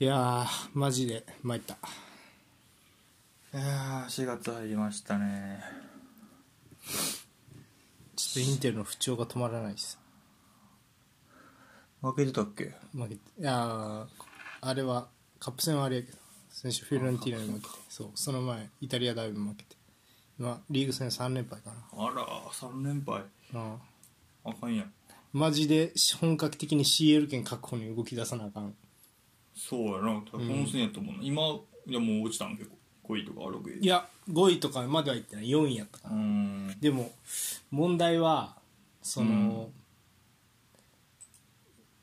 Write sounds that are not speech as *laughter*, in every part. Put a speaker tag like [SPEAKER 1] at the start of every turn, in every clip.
[SPEAKER 1] いやーマジで参った
[SPEAKER 2] いやー4月入りましたね
[SPEAKER 1] ちょっとインテルの不調が止まらないです
[SPEAKER 2] 負けてたっけ
[SPEAKER 1] 負けていやーあれはカップ戦はあれやけど先週フィルンティーナに負けてそうその前イタリアダービーも負けて今リーグ戦3連敗か
[SPEAKER 2] あら3連敗
[SPEAKER 1] なうん
[SPEAKER 2] あかんやん
[SPEAKER 1] マジで本格的に CL 権確保に動き出さなあかん
[SPEAKER 2] そうやなこのせいやと思うな、今いやもう落ちたん結構5位とか6位
[SPEAKER 1] いや5位とかまでは行ってない4位やったか
[SPEAKER 2] う
[SPEAKER 1] な
[SPEAKER 2] ーん
[SPEAKER 1] でも問題はその、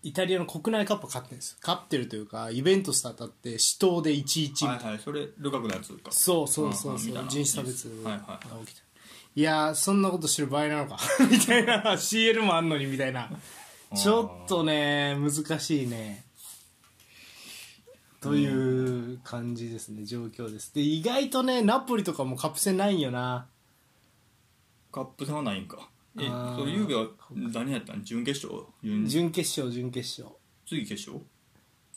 [SPEAKER 1] イタリアの国内カップは勝ってるんですよ勝ってるというかイベントスと当たって死闘で1-1、
[SPEAKER 2] はいはいそれルカクのやつか
[SPEAKER 1] そうそうそうそ
[SPEAKER 2] ああ
[SPEAKER 1] う
[SPEAKER 2] 見
[SPEAKER 1] 人
[SPEAKER 2] た
[SPEAKER 1] 種差別
[SPEAKER 2] はい
[SPEAKER 1] が
[SPEAKER 2] は
[SPEAKER 1] 起き
[SPEAKER 2] い
[SPEAKER 1] た、いやーそんなことしてる場合なのか *laughs* みたいな CL もあんのにみたいなちょっとね難しいねという感じですね状況ですで意外とねナポリとかもカップ戦ないんよな
[SPEAKER 2] カップ戦はないんかえ
[SPEAKER 1] あー
[SPEAKER 2] それゆうべは何やったん準決勝準
[SPEAKER 1] 準決勝準決勝
[SPEAKER 2] 次決勝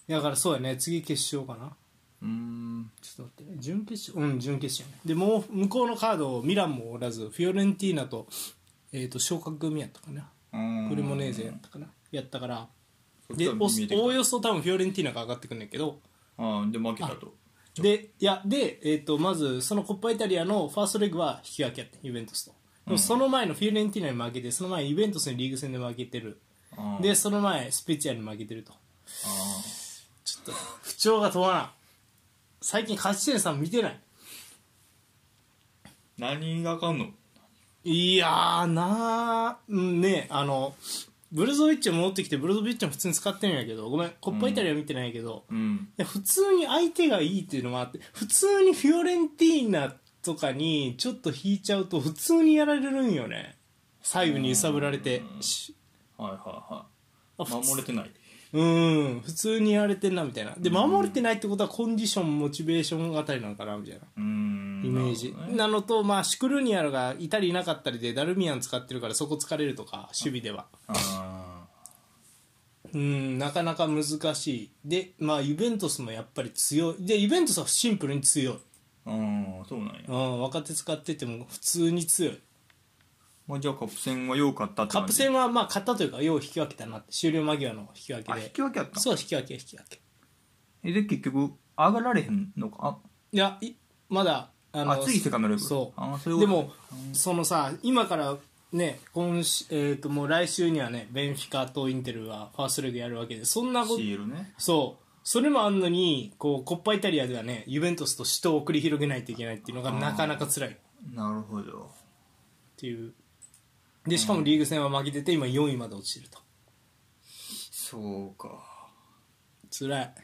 [SPEAKER 1] だからそうやね次決勝かな
[SPEAKER 2] うーん
[SPEAKER 1] ちょっと待ってね準決勝うん準決勝ねでもう向こうのカードミランもおらずフィオレンティーナと,、えー、と昇格組やったかなクルモネーゼやったかなやったからでおおおよそ多分フィオレンティーナが上がってくんねんけど
[SPEAKER 2] あーで負けたと
[SPEAKER 1] でいやで、えー、とまずそのコッパイタリアのファーストレグは引き分けやってんイベントスとでもその前のフィオレンティーナに負けてその前イベントスにリーグ戦で負けてる
[SPEAKER 2] あー
[SPEAKER 1] でその前スペチアに負けてると
[SPEAKER 2] あ
[SPEAKER 1] ちょっと不調が止まらん最近勝ち点さん見てない
[SPEAKER 2] ー何があかんの
[SPEAKER 1] いやーなーうんねあのブルゾビッチも戻ってきてブルゾビッチも普通に使ってるんやけどごめんコッパイタリア見てないけど、
[SPEAKER 2] うん
[SPEAKER 1] いや普通に相手がいいっていうのもあって普通にフィオレンティーナとかにちょっと引いちゃうと普通にやられるんよね左右に揺さぶられてし
[SPEAKER 2] はいはいはい
[SPEAKER 1] あ普通
[SPEAKER 2] 守れてない
[SPEAKER 1] うん普通にやられてんなみたいなで守れてないってことはコンディションモチベーションあたりなのかなみたいな
[SPEAKER 2] イメ
[SPEAKER 1] イメージな,、のと、まあ、シュクルーニアルがいたりいなかったりでダルミアン使ってるからそこ疲れるとか守備では
[SPEAKER 2] あ
[SPEAKER 1] うんなかなか難しいで、まあ、ユベントスもやっぱり強いでユベントスはシンプルに強い、
[SPEAKER 2] あーそうなんや
[SPEAKER 1] う、ん、若手使ってても普通に強い
[SPEAKER 2] まあ、じゃあカップ戦はよかったって
[SPEAKER 1] カ
[SPEAKER 2] 感
[SPEAKER 1] ップ
[SPEAKER 2] じ
[SPEAKER 1] 戦はまあ勝ったというかよう引き分けたなって終了間際の引き分け
[SPEAKER 2] あ
[SPEAKER 1] で
[SPEAKER 2] 引き分けやった
[SPEAKER 1] そう引き分け引き分け
[SPEAKER 2] えで結局上がられへんのか
[SPEAKER 1] いやいまだあ
[SPEAKER 2] ああ次セカンドレグ
[SPEAKER 1] そう
[SPEAKER 2] あそういう
[SPEAKER 1] で
[SPEAKER 2] こと
[SPEAKER 1] もそのさ今からね今し、えー、ともう来週にはねベンフィカとインテルはファーストレグやるわけでそんな
[SPEAKER 2] あ
[SPEAKER 1] こと
[SPEAKER 2] シールね
[SPEAKER 1] そうそれもあんのにこうコッパイタリアではねユベントスと死闘を繰り広げないといけないっていうのがなかなか辛いっ
[SPEAKER 2] なるほど
[SPEAKER 1] ていうでしかもリーグ戦は負けてて今4位まで落ちてると
[SPEAKER 2] そうか
[SPEAKER 1] 辛い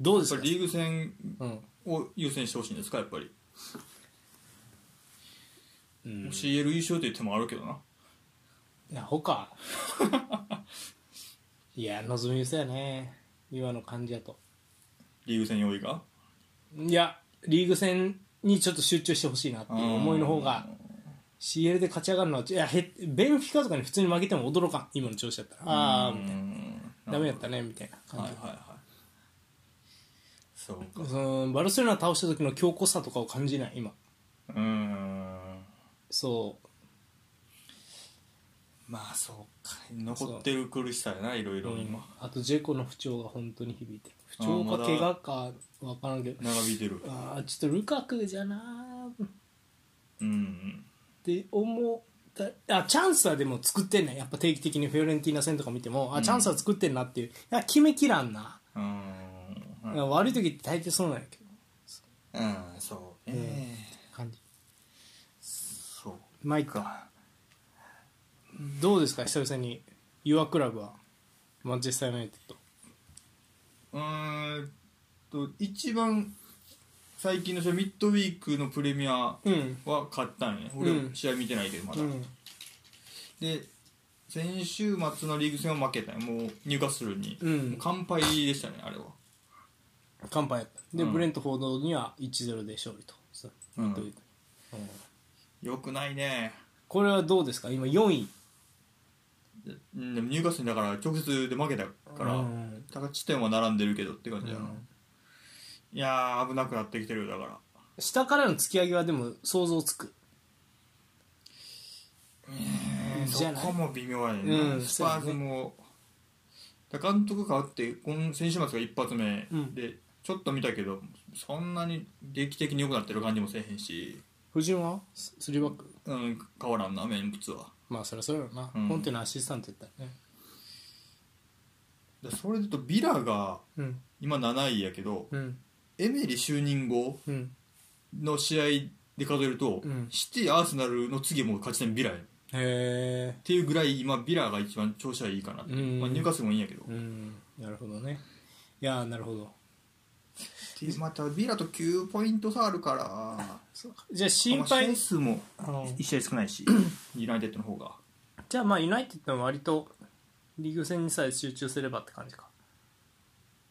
[SPEAKER 1] どうで
[SPEAKER 2] や
[SPEAKER 1] すか
[SPEAKER 2] っぱりリーグ戦
[SPEAKER 1] うん
[SPEAKER 2] を優先してほしいんですかやっぱり、
[SPEAKER 1] う
[SPEAKER 2] も
[SPEAKER 1] ん
[SPEAKER 2] う CL 優勝という手もあるけどな
[SPEAKER 1] アホ
[SPEAKER 2] *laughs*
[SPEAKER 1] かいや望み嘘やね今の感じだと
[SPEAKER 2] リーグ戦用意が
[SPEAKER 1] いやリーグ戦にちょっと集中してほしいなっていう思いの方が CL で勝ち上がるのはいやへベンフィカとかに普通に負けても驚かん今の調子だったらああ
[SPEAKER 2] う
[SPEAKER 1] みたい
[SPEAKER 2] ん
[SPEAKER 1] なダメやったねみたいな
[SPEAKER 2] は
[SPEAKER 1] 感
[SPEAKER 2] い
[SPEAKER 1] じ
[SPEAKER 2] はいはいそうか
[SPEAKER 1] そのバルセロナ倒した時の強固さとかを感じない今
[SPEAKER 2] うーん
[SPEAKER 1] そう
[SPEAKER 2] まあそうか残ってる苦しさやないろいろ今
[SPEAKER 1] あとジェコの不調が本当に響いてる不
[SPEAKER 2] あ
[SPEAKER 1] 調
[SPEAKER 2] ーま
[SPEAKER 1] か
[SPEAKER 2] だ
[SPEAKER 1] 怪我か分からんけど
[SPEAKER 2] 長引いてる
[SPEAKER 1] ああちょっとルカクじゃなー
[SPEAKER 2] うん
[SPEAKER 1] って思ったあチャンスはでも作ってんねやっぱ定期的にフィオレンティーナ戦とか見てもあチャンスは作ってんなっていう、いや決めきらんな、
[SPEAKER 2] うーん
[SPEAKER 1] いや悪い時って大抵そうなんやけど
[SPEAKER 2] うんそうね
[SPEAKER 1] 感じ
[SPEAKER 2] そう
[SPEAKER 1] マイカ
[SPEAKER 2] か
[SPEAKER 1] どうですか久々にユアクラブはマンチェスター・ユナイテッド
[SPEAKER 2] うーんと一番最近の試合ミッドウィークのプレミア
[SPEAKER 1] うん
[SPEAKER 2] は勝ったんや
[SPEAKER 1] う
[SPEAKER 2] 俺
[SPEAKER 1] ん
[SPEAKER 2] 試合見てないけどまだ
[SPEAKER 1] うん
[SPEAKER 2] で先週末のリーグ戦は負けたんやもう入荷するに
[SPEAKER 1] うん
[SPEAKER 2] もう完敗でしたねあれは
[SPEAKER 1] 乾杯やったで、
[SPEAKER 2] うん
[SPEAKER 1] ブレントフォードには1-0で勝利とそう
[SPEAKER 2] うん
[SPEAKER 1] ミッドウィークうん
[SPEAKER 2] よくないね
[SPEAKER 1] これはどうですか今4位
[SPEAKER 2] うんでも入荷するだから直接で負けたから
[SPEAKER 1] うん
[SPEAKER 2] 高知点は並んでるけどって感じやな
[SPEAKER 1] うん
[SPEAKER 2] いやー危なくなってきてるよだから
[SPEAKER 1] 下からの突き上げはでも想像つくじ
[SPEAKER 2] そ
[SPEAKER 1] ゃない
[SPEAKER 2] こも微妙やねんな、
[SPEAKER 1] うん
[SPEAKER 2] スパーズ
[SPEAKER 1] そうや
[SPEAKER 2] も、だから監督変わってこの先週末が一発目
[SPEAKER 1] うん
[SPEAKER 2] で、ちょっと見たけどそんなに劇的に良くなってる感じもせえへんし、
[SPEAKER 1] 夫人はススリーバック
[SPEAKER 2] うん、変わらんな面物は
[SPEAKER 1] まあそりゃそうやろな、
[SPEAKER 2] うん
[SPEAKER 1] コンテナアシスタントやったらね
[SPEAKER 2] でそれだとビラが
[SPEAKER 1] うん
[SPEAKER 2] 今7位やけど、
[SPEAKER 1] うん
[SPEAKER 2] エメリ就任後
[SPEAKER 1] うん
[SPEAKER 2] の試合で数えると、
[SPEAKER 1] うん
[SPEAKER 2] シティアーセナルの次もう勝ち点ビラやねんっ
[SPEAKER 1] へえ
[SPEAKER 2] ていうぐらい今ビラが一番調子はいいかなって、
[SPEAKER 1] うん
[SPEAKER 2] まあ、入荷数もいいんやけど、
[SPEAKER 1] うんなるほどねいやーなるほど
[SPEAKER 2] でまたビラと9ポイント差あるから
[SPEAKER 1] じゃあ心配
[SPEAKER 2] まあ試合数も
[SPEAKER 1] うん
[SPEAKER 2] 一試合少ないしユナイテッドの方が
[SPEAKER 1] じゃあまあユナイテッドは割とリーグ戦にさえ集中すればって感じか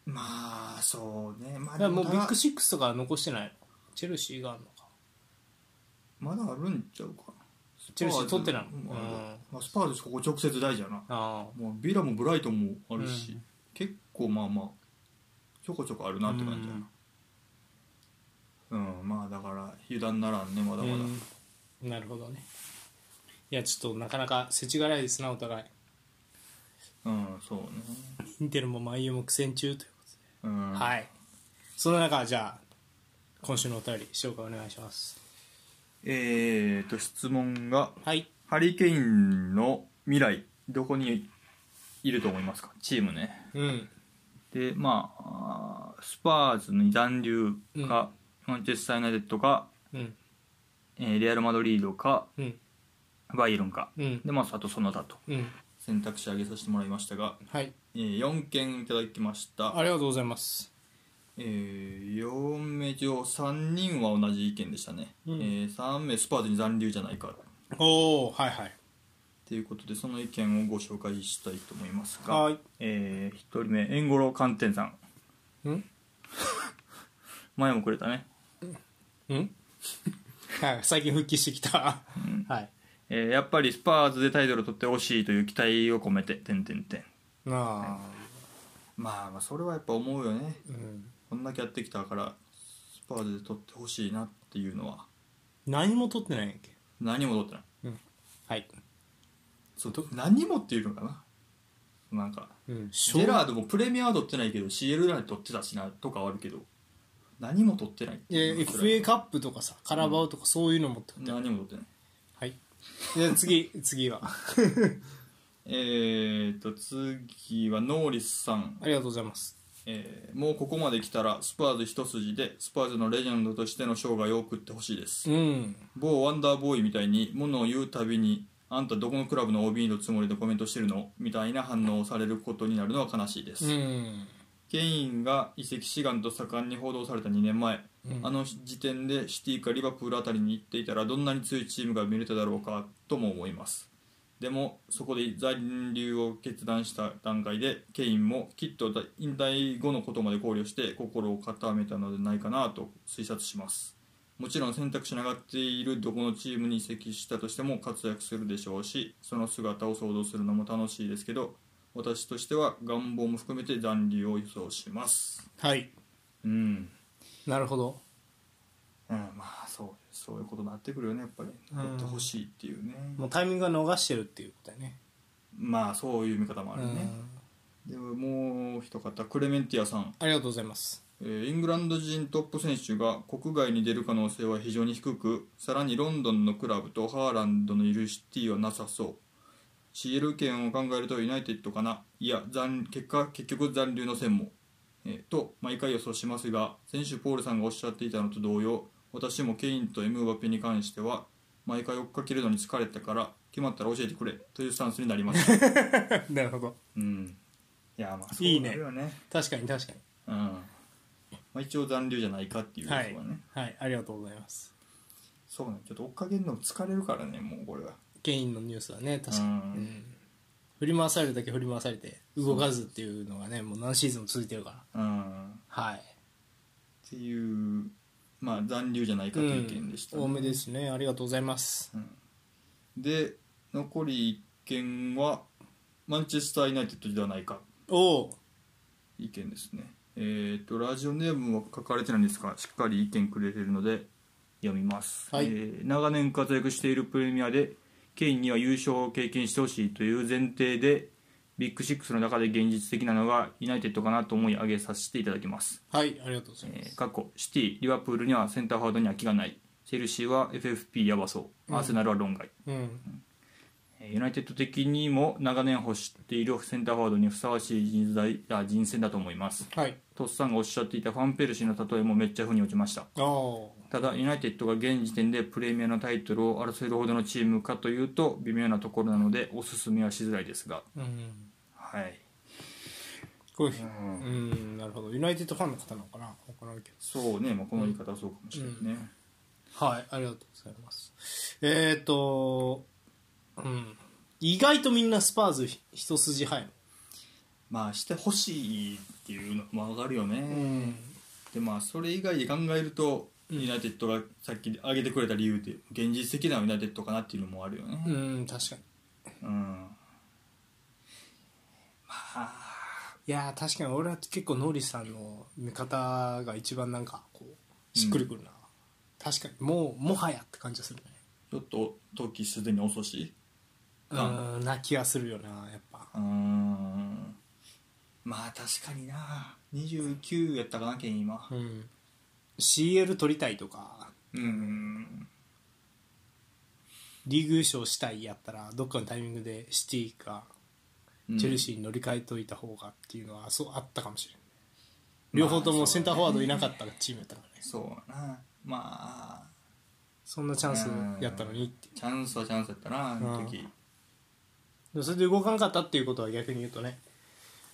[SPEAKER 2] まあそうねま
[SPEAKER 1] だ
[SPEAKER 2] あ
[SPEAKER 1] から
[SPEAKER 2] で
[SPEAKER 1] も
[SPEAKER 2] も
[SPEAKER 1] うビッグシックスとかは残してないのチェルシーがあるのか
[SPEAKER 2] まだあるんちゃうかな
[SPEAKER 1] チェルシー取ってないの
[SPEAKER 2] まあ
[SPEAKER 1] うん
[SPEAKER 2] まあ、スパーズここ直接大事やな
[SPEAKER 1] ああ
[SPEAKER 2] もうビラもブライトンもあるし、
[SPEAKER 1] うん
[SPEAKER 2] 結構まあまあちょこちょこあるなって感じやなうん、まあだから油断ならんねまだまだ、
[SPEAKER 1] うんなるほどねいやちょっとなかなか世知辛いですなお互い
[SPEAKER 2] うん、そうね
[SPEAKER 1] インテルもマイユも苦戦中ということで、
[SPEAKER 2] うん
[SPEAKER 1] はいその中じゃあ今週のお便り紹介お願いします
[SPEAKER 2] えーと質問が
[SPEAKER 1] はい
[SPEAKER 2] ハリケーンの未来どこにいると思いますかチームね
[SPEAKER 1] うん
[SPEAKER 2] でまああースパーズに残留か、マンチェスター・ユナイテッドか、
[SPEAKER 1] うん
[SPEAKER 2] えーレアル・マドリードか
[SPEAKER 1] うん
[SPEAKER 2] バイエルンか
[SPEAKER 1] うん
[SPEAKER 2] でまああとその他と
[SPEAKER 1] うん
[SPEAKER 2] 選択肢挙げさせてもらいましたが、
[SPEAKER 1] はい
[SPEAKER 2] え4件いただきました、
[SPEAKER 1] ありがとうございます
[SPEAKER 2] え4名中3人は同じ意見でしたね、
[SPEAKER 1] うん
[SPEAKER 2] え3名スパーズに残留じゃないか
[SPEAKER 1] おおはいはい
[SPEAKER 2] ということでその意見をご紹介したいと思いますが、
[SPEAKER 1] はい
[SPEAKER 2] え1人目円五郎寒天さん
[SPEAKER 1] うん
[SPEAKER 2] *laughs* 前もくれたね
[SPEAKER 1] うん *laughs* はい最近復帰してきた、はい
[SPEAKER 2] えーやっぱりスパーズでタイトルを取ってほしいという期待を込めて点点点
[SPEAKER 1] なあ、
[SPEAKER 2] まあまあそれはやっぱ思うよね
[SPEAKER 1] うん、
[SPEAKER 2] こんだけやってきたからスパーズで取ってほしいなっていうのは
[SPEAKER 1] 何も取ってないんやっけ
[SPEAKER 2] 何も取ってない
[SPEAKER 1] はい、
[SPEAKER 2] そうと何もっていうのかななんか
[SPEAKER 1] うん、
[SPEAKER 2] ジェラードもプレミアは取ってないけど CL ラン取ってたしなとかはあるけど何も取ってないって
[SPEAKER 1] いや
[SPEAKER 2] いうのはそれ
[SPEAKER 1] FA カップとかさカラバオとかそういうの持ってくる、
[SPEAKER 2] 何も取ってない
[SPEAKER 1] はいじゃあ次次は
[SPEAKER 2] えー、と次はノーリスさん
[SPEAKER 1] ありがとうございます
[SPEAKER 2] えーもうここまで来たらスパーズ一筋でスパーズのレジェンドとしての生涯を送ってほしいです
[SPEAKER 1] うん
[SPEAKER 2] 某ワンダーボーイみたいにものを言うたびにあんたどこのクラブの OB のつもりでコメントしてるのみたいな反応をされることになるのは悲しいです、
[SPEAKER 1] うん
[SPEAKER 2] ケインが移籍志願と盛んに報道された2年前、
[SPEAKER 1] うん
[SPEAKER 2] あの時点でシティかリバプールあたりに行っていたらどんなに強いチームが見れただろうかとも思いますでもそこで残留を決断した段階でケインもきっと引退後のことまで考慮して心を固めたのではないかなと推察しますもちろん選択肢に上がっているどこのチームに移籍したとしても活躍するでしょうしその姿を想像するのも楽しいですけど私としては願望も含めて残留を予想します
[SPEAKER 1] はい
[SPEAKER 2] うん
[SPEAKER 1] なるほど
[SPEAKER 2] うん、まあそうそういうことになってくるよねやっぱり
[SPEAKER 1] うん
[SPEAKER 2] やってほしいっていうね、
[SPEAKER 1] もうタイミングは逃してるっていうことだね
[SPEAKER 2] まあそういう見方もあ
[SPEAKER 1] う
[SPEAKER 2] るね、
[SPEAKER 1] ん
[SPEAKER 2] でももう一方クレメンティアさん、
[SPEAKER 1] ありがとうございます
[SPEAKER 2] えーイングランド人トップ選手が国外に出る可能性は非常に低くさらにロンドンのクラブとハーランドのいるシティはなさそう CL 権を考えるとユナイテッドかないや残結果結局残留の線も、えーと毎回予想しますが選手ポールさんがおっしゃっていたのと同様私もケインとエムバペに関しては毎回追っかけるのに疲れたから決まったら教えてくれというスタンスになりました
[SPEAKER 1] *laughs* なるほど
[SPEAKER 2] *laughs* うんいやまあ
[SPEAKER 1] いいね
[SPEAKER 2] なるよね
[SPEAKER 1] 確かに確かに
[SPEAKER 2] うんまあ、一応残留じゃないかっていうこと
[SPEAKER 1] は
[SPEAKER 2] はいね、、
[SPEAKER 1] はい、ありがとうございます
[SPEAKER 2] そうねちょっと追っかけるのも疲れるからねもうこれは
[SPEAKER 1] ケインのニュースはね確か
[SPEAKER 2] う
[SPEAKER 1] に、
[SPEAKER 2] ん
[SPEAKER 1] うん振り回されるだけ振り回されて動かずっていうのがねもう何シーズンも続いてるから
[SPEAKER 2] うん
[SPEAKER 1] はい
[SPEAKER 2] っていうまあ残留じゃないかという意見でした、
[SPEAKER 1] うん多めですねありがとうございます
[SPEAKER 2] で残り1件はマンチェスター・ユナイテッドではないか
[SPEAKER 1] おお
[SPEAKER 2] 意見ですねえっ、とラジオネームは書かれてないんですがしっかり意見くれてるので読みます、
[SPEAKER 1] はい
[SPEAKER 2] えー長年活躍しているプレミアでケインには優勝を経験してほしいという前提でビッグシックスの中で現実的なのがユナイテッドかなと思い上げさせていただきます
[SPEAKER 1] はいありがとうございま
[SPEAKER 2] えー
[SPEAKER 1] す、
[SPEAKER 2] 過去シティリバプールにはセンターフォワードには空きがないチェルシーは FFP やばそうアーセナルは論外、
[SPEAKER 1] うん
[SPEAKER 2] えーユナイテッド的にも長年欲しているセンターフォワードにふさわしい人材あ人選だと思います
[SPEAKER 1] はい
[SPEAKER 2] トッサンがおっしゃっていたファンペルシーの例えもめっちゃ腑に落ちました
[SPEAKER 1] ああ
[SPEAKER 2] ただユナイテッドが現時点でプレミアのタイトルを争えるほどのチームかというと微妙なところなのでおすすめはしづらいですが
[SPEAKER 1] うん
[SPEAKER 2] はい
[SPEAKER 1] こういううんなるほどユナイテッドファンの方なのかな分からんけど
[SPEAKER 2] そうね、まあ、この言い方はそうかもしれないね、
[SPEAKER 1] はい、ありがとうございます。えっ、ー、と、うん、意外とみんなスパーズひ一筋派
[SPEAKER 2] まあしてほしいっていうのも上がるよね、
[SPEAKER 1] やん。
[SPEAKER 2] でまあそれ以外で考えると、ユナイテッドがさっき挙げてくれた理由って現実的なユナイテッドかなっていうのもあるよ
[SPEAKER 1] う
[SPEAKER 2] ね
[SPEAKER 1] ん、確かに。
[SPEAKER 2] うん、
[SPEAKER 1] いやー、確かに俺は結構ノーリさんの見方が一番なんか、こう、しっくりくるな。確かに、もう、もはやって感じがするね。
[SPEAKER 2] ちょっと時すでに遅し
[SPEAKER 1] うん、な気がするよな、やっぱ。
[SPEAKER 2] うんまあ確かにな29やったかなケン今
[SPEAKER 1] うん。CL 取りたいとか、
[SPEAKER 2] うん
[SPEAKER 1] リーグ優勝したいやったら、どっかのタイミングでシティか、
[SPEAKER 2] うん
[SPEAKER 1] チェルシーに乗り換えといた方がっていうのはそうあったかもしれない、両方ともセンターフォワードいなかったチームやったからね
[SPEAKER 2] そうやなまあ
[SPEAKER 1] そんなチャンスやったのにって
[SPEAKER 2] チャンスはチャンスやったなあの時
[SPEAKER 1] でもそれで動かなかったっていうことは逆に言うとね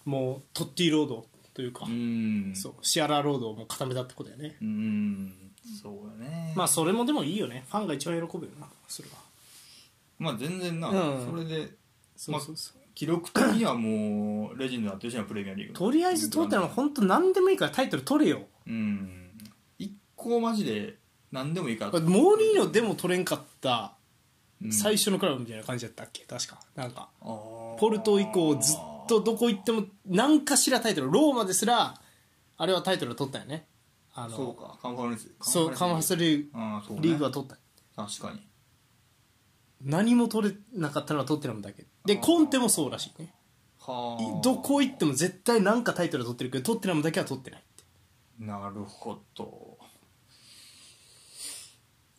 [SPEAKER 1] もうトッティロードというか、
[SPEAKER 2] うん
[SPEAKER 1] そうシアラロードをもう固めたってことやね、
[SPEAKER 2] うんそうやね
[SPEAKER 1] まあそれもでもいいよねファンが一番喜ぶよなそれは
[SPEAKER 2] まあ全然な、
[SPEAKER 1] うん
[SPEAKER 2] それで
[SPEAKER 1] そうそうそう、
[SPEAKER 2] 記録的にはもうレジェンドになってるじゃんプレミアリーグ
[SPEAKER 1] とりあえずトータルは本当何でもいいからタイトル取れよ
[SPEAKER 2] うん一個マジで何でもいいから
[SPEAKER 1] モーリーノでも取れんかった
[SPEAKER 2] うん
[SPEAKER 1] 最初のクラブみたいな感じだったっけ確かなんか
[SPEAKER 2] あー
[SPEAKER 1] ポルト以降ずっとどこ行っても何かしらタイトルローマですらあれはタイトルを取ったよねあの
[SPEAKER 2] そうかカンファレンス
[SPEAKER 1] そうカンファレンスリ
[SPEAKER 2] あーそう
[SPEAKER 1] ー
[SPEAKER 2] ね
[SPEAKER 1] グリーグは取った、
[SPEAKER 2] 確かに
[SPEAKER 1] 何も取れなかったのは取ってるのだけでコンテもそうらしいね
[SPEAKER 2] はあ
[SPEAKER 1] どこ行っても絶対何かタイトル取ってるけど取ってないのだけは取ってないって
[SPEAKER 2] なるほど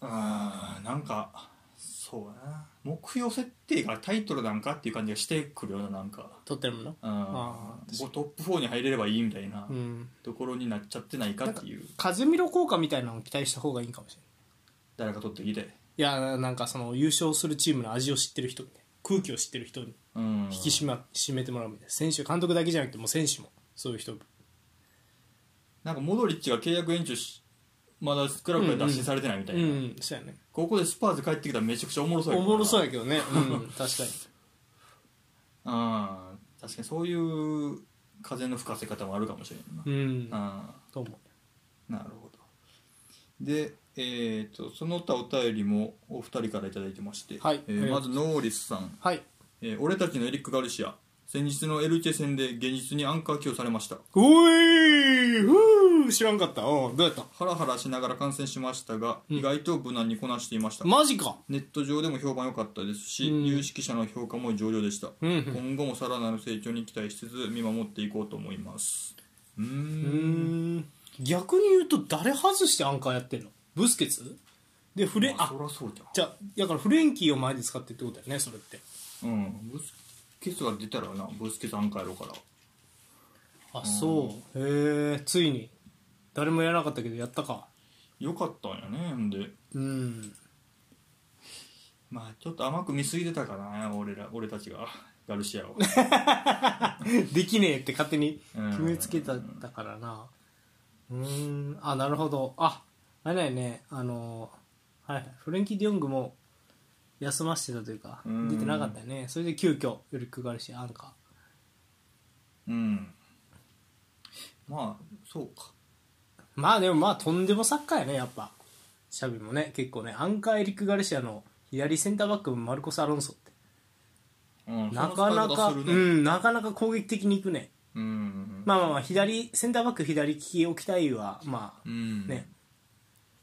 [SPEAKER 2] あーなんかそうやな目標設定がタイトルなんかっていう感じがしてくるよななんか
[SPEAKER 1] 取ってるもの
[SPEAKER 2] うん
[SPEAKER 1] あー
[SPEAKER 2] もうトップ4に入れればいいみたいな
[SPEAKER 1] うん
[SPEAKER 2] ところになっちゃってないかっていう
[SPEAKER 1] カゼミロ効果みたいなのを期待した方がいいかもしれ
[SPEAKER 2] 誰か取ってきて
[SPEAKER 1] ないいやなんかその優勝するチームの味を知ってる人みたいな空気を知ってる人に
[SPEAKER 2] 引
[SPEAKER 1] 引き締,、ま、締めてもらうみたいな選手監督だけじゃなくてもう選手もそういう人
[SPEAKER 2] なんかモドリッチが契約延長しまだクラブから脱
[SPEAKER 1] うんうん
[SPEAKER 2] 進されてないみたいな、
[SPEAKER 1] うんそうやね
[SPEAKER 2] ここでスパーズ帰ってきたらめちゃくちゃおもろそうや
[SPEAKER 1] おもろそう
[SPEAKER 2] や
[SPEAKER 1] やけどね、うん、 *laughs* 確かに
[SPEAKER 2] うん確かにそういう風の吹かせ方もあるかもしれんな
[SPEAKER 1] うん
[SPEAKER 2] うん
[SPEAKER 1] と思
[SPEAKER 2] なるほどでえっ、とその他お便りもお二人から頂いいてまして、
[SPEAKER 1] はい
[SPEAKER 2] えー
[SPEAKER 1] ありが
[SPEAKER 2] ま
[SPEAKER 1] と
[SPEAKER 2] ずノーリスさん
[SPEAKER 1] うはい
[SPEAKER 2] えー俺たちのエリック・ガルシア先日の LHA 戦で現実にアンカー起用されました
[SPEAKER 1] おいふう知らんかったおうどうやった
[SPEAKER 2] ハラハラしながら観戦しましたが、意外と無難にこなしていました、
[SPEAKER 1] マジか
[SPEAKER 2] ネット上でも評判良かったですし、
[SPEAKER 1] うん
[SPEAKER 2] 有識者の評価も上々でした、
[SPEAKER 1] うん
[SPEAKER 2] 今後もさらなる成長に期待しつつ見守っていこうと思いますうーん
[SPEAKER 1] うん逆に言うと誰外してアンカーやってんのブスケツでフレ
[SPEAKER 2] まあ
[SPEAKER 1] あ
[SPEAKER 2] そりゃそうじ
[SPEAKER 1] じゃあだからフレンキーを前で使ってってことだよねそれって
[SPEAKER 2] ゃんうんブスケツが出たらなブスケツアンカーやろうから
[SPEAKER 1] あそうへえついに誰もやらなかったけどやったか
[SPEAKER 2] よかったんやねんで
[SPEAKER 1] うん
[SPEAKER 2] まあちょっと甘く見すぎてたかな俺ら俺たちがガ
[SPEAKER 1] *laughs*
[SPEAKER 2] ルシアを
[SPEAKER 1] できねえって勝手に決めつけただからなうーんあなるほどああれだよねあのはいフレンキー・ディオングも休ませてたというか
[SPEAKER 2] うん
[SPEAKER 1] 出てなかったよねそれで急遽よりくがるしアンカ
[SPEAKER 2] うんまあそうか
[SPEAKER 1] ーまあでもまあとんでもサッカーやねやっぱシャビもね結構ねアンカーエリック・ガルシアの左センターバックマルコス・アロンソって
[SPEAKER 2] うん
[SPEAKER 1] なかなか、
[SPEAKER 2] その使い方す
[SPEAKER 1] う
[SPEAKER 2] るね
[SPEAKER 1] んなかなか攻撃的にいくね
[SPEAKER 2] うん
[SPEAKER 1] まあまあまあ左センターバック左利き置きたいはま
[SPEAKER 2] う
[SPEAKER 1] あ
[SPEAKER 2] ん
[SPEAKER 1] ね、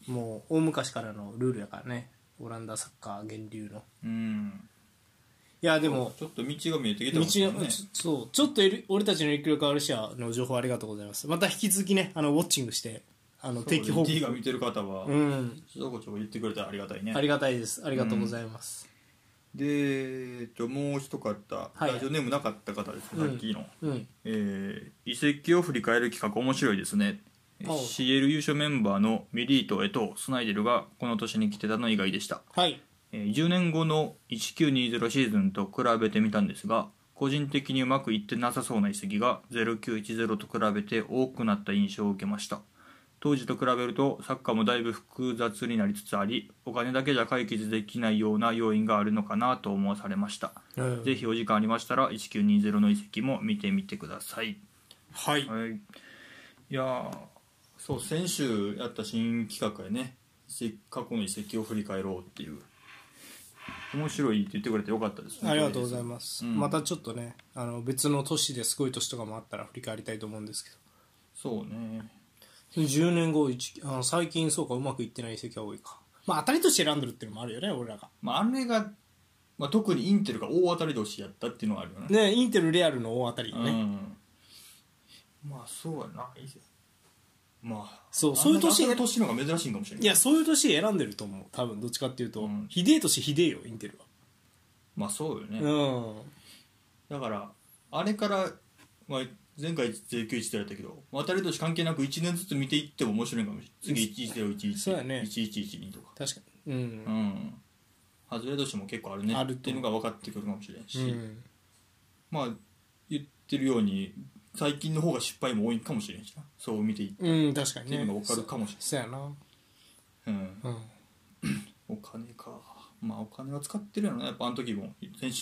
[SPEAKER 1] もう大昔からのルールやからねオランダサッカー源流の
[SPEAKER 2] うん
[SPEAKER 1] いやでも
[SPEAKER 2] ちょっと道が見えてきて
[SPEAKER 1] 道が
[SPEAKER 2] ます
[SPEAKER 1] ち
[SPEAKER 2] よ
[SPEAKER 1] ょ
[SPEAKER 2] ね
[SPEAKER 1] そうちょっとより俺たちの影響力ある社の情報ありがとうございますまた引き続きねあのウォッチングしてあの定期報
[SPEAKER 2] T が
[SPEAKER 1] 告
[SPEAKER 2] 見てる方は、
[SPEAKER 1] うん
[SPEAKER 2] ちょこちょこ言ってくれたらありがたいね
[SPEAKER 1] ありがたいですありがとうございます
[SPEAKER 2] で、えっと、もう一方、
[SPEAKER 1] はい
[SPEAKER 2] ラジオネームなかった方ですね、
[SPEAKER 1] うん
[SPEAKER 2] さっきの、
[SPEAKER 1] うん
[SPEAKER 2] えー遺跡を振り返る企画面白いですねえー
[SPEAKER 1] おう
[SPEAKER 2] CL 優勝メンバーのメリーとエトースナイデルがこの年に来てたの以外でした
[SPEAKER 1] はい
[SPEAKER 2] えー10年後の1920シーズンと比べてみたんですが個人的にうまくいってなさそうな遺跡が0910と比べて多くなった印象を受けました当時と比べるとサッカーもだいぶ複雑になりつつありお金だけじゃ解決できないような要因があるのかなと思わされました、
[SPEAKER 1] うん
[SPEAKER 2] ぜひお時間ありましたら1920の遺跡も見てみてください、
[SPEAKER 1] はい
[SPEAKER 2] はい、いやーそう先週やった新企画やね遺跡過去の遺跡を振り返ろうっていう面白いって言ってくれてよかったですね
[SPEAKER 1] ありがとうございます、
[SPEAKER 2] うん
[SPEAKER 1] またちょっとねあの別の年ですごい年とかもあったら振り返りたいと思うんですけど
[SPEAKER 2] そうね
[SPEAKER 1] 10年後一あの最近そうかうまくいってない遺跡が多いかまあ当たりとして選んでるっていうのもあるよね俺らが
[SPEAKER 2] まああれが、まあ、特にインテルが大当たり年やったっていうのはあるよね
[SPEAKER 1] ねインテルレアルの大当たりよね、
[SPEAKER 2] うん、まあそうやないいぜまあ
[SPEAKER 1] そうそういう年
[SPEAKER 2] あんな年の方が珍しいんかもしれない
[SPEAKER 1] いやそういう年選んでると思う多分どっちかっていうと、
[SPEAKER 2] うん
[SPEAKER 1] ひでえ年ひでえよインテルは
[SPEAKER 2] まあそうよね、
[SPEAKER 1] うん
[SPEAKER 2] だからあれから、まあ、前回0910だったけど渡り年関係なく1年ずつ見ていっても面白いかもしれない次11011
[SPEAKER 1] そうやね
[SPEAKER 2] 1112とか
[SPEAKER 1] 確かにうん
[SPEAKER 2] う、ん外れ年も結構あるね
[SPEAKER 1] ある
[SPEAKER 2] っていうのが分かってくるかもしれんし、
[SPEAKER 1] うん
[SPEAKER 2] まあ言ってるように最近の方が失敗も多いかもしれんしなそう見ていって、
[SPEAKER 1] うん、確かに
[SPEAKER 2] ってい
[SPEAKER 1] ね
[SPEAKER 2] うのが分かるかもしれん
[SPEAKER 1] そうやな
[SPEAKER 2] うん、
[SPEAKER 1] うん
[SPEAKER 2] お金かまあお金は使ってるやろなやっぱあの時も選手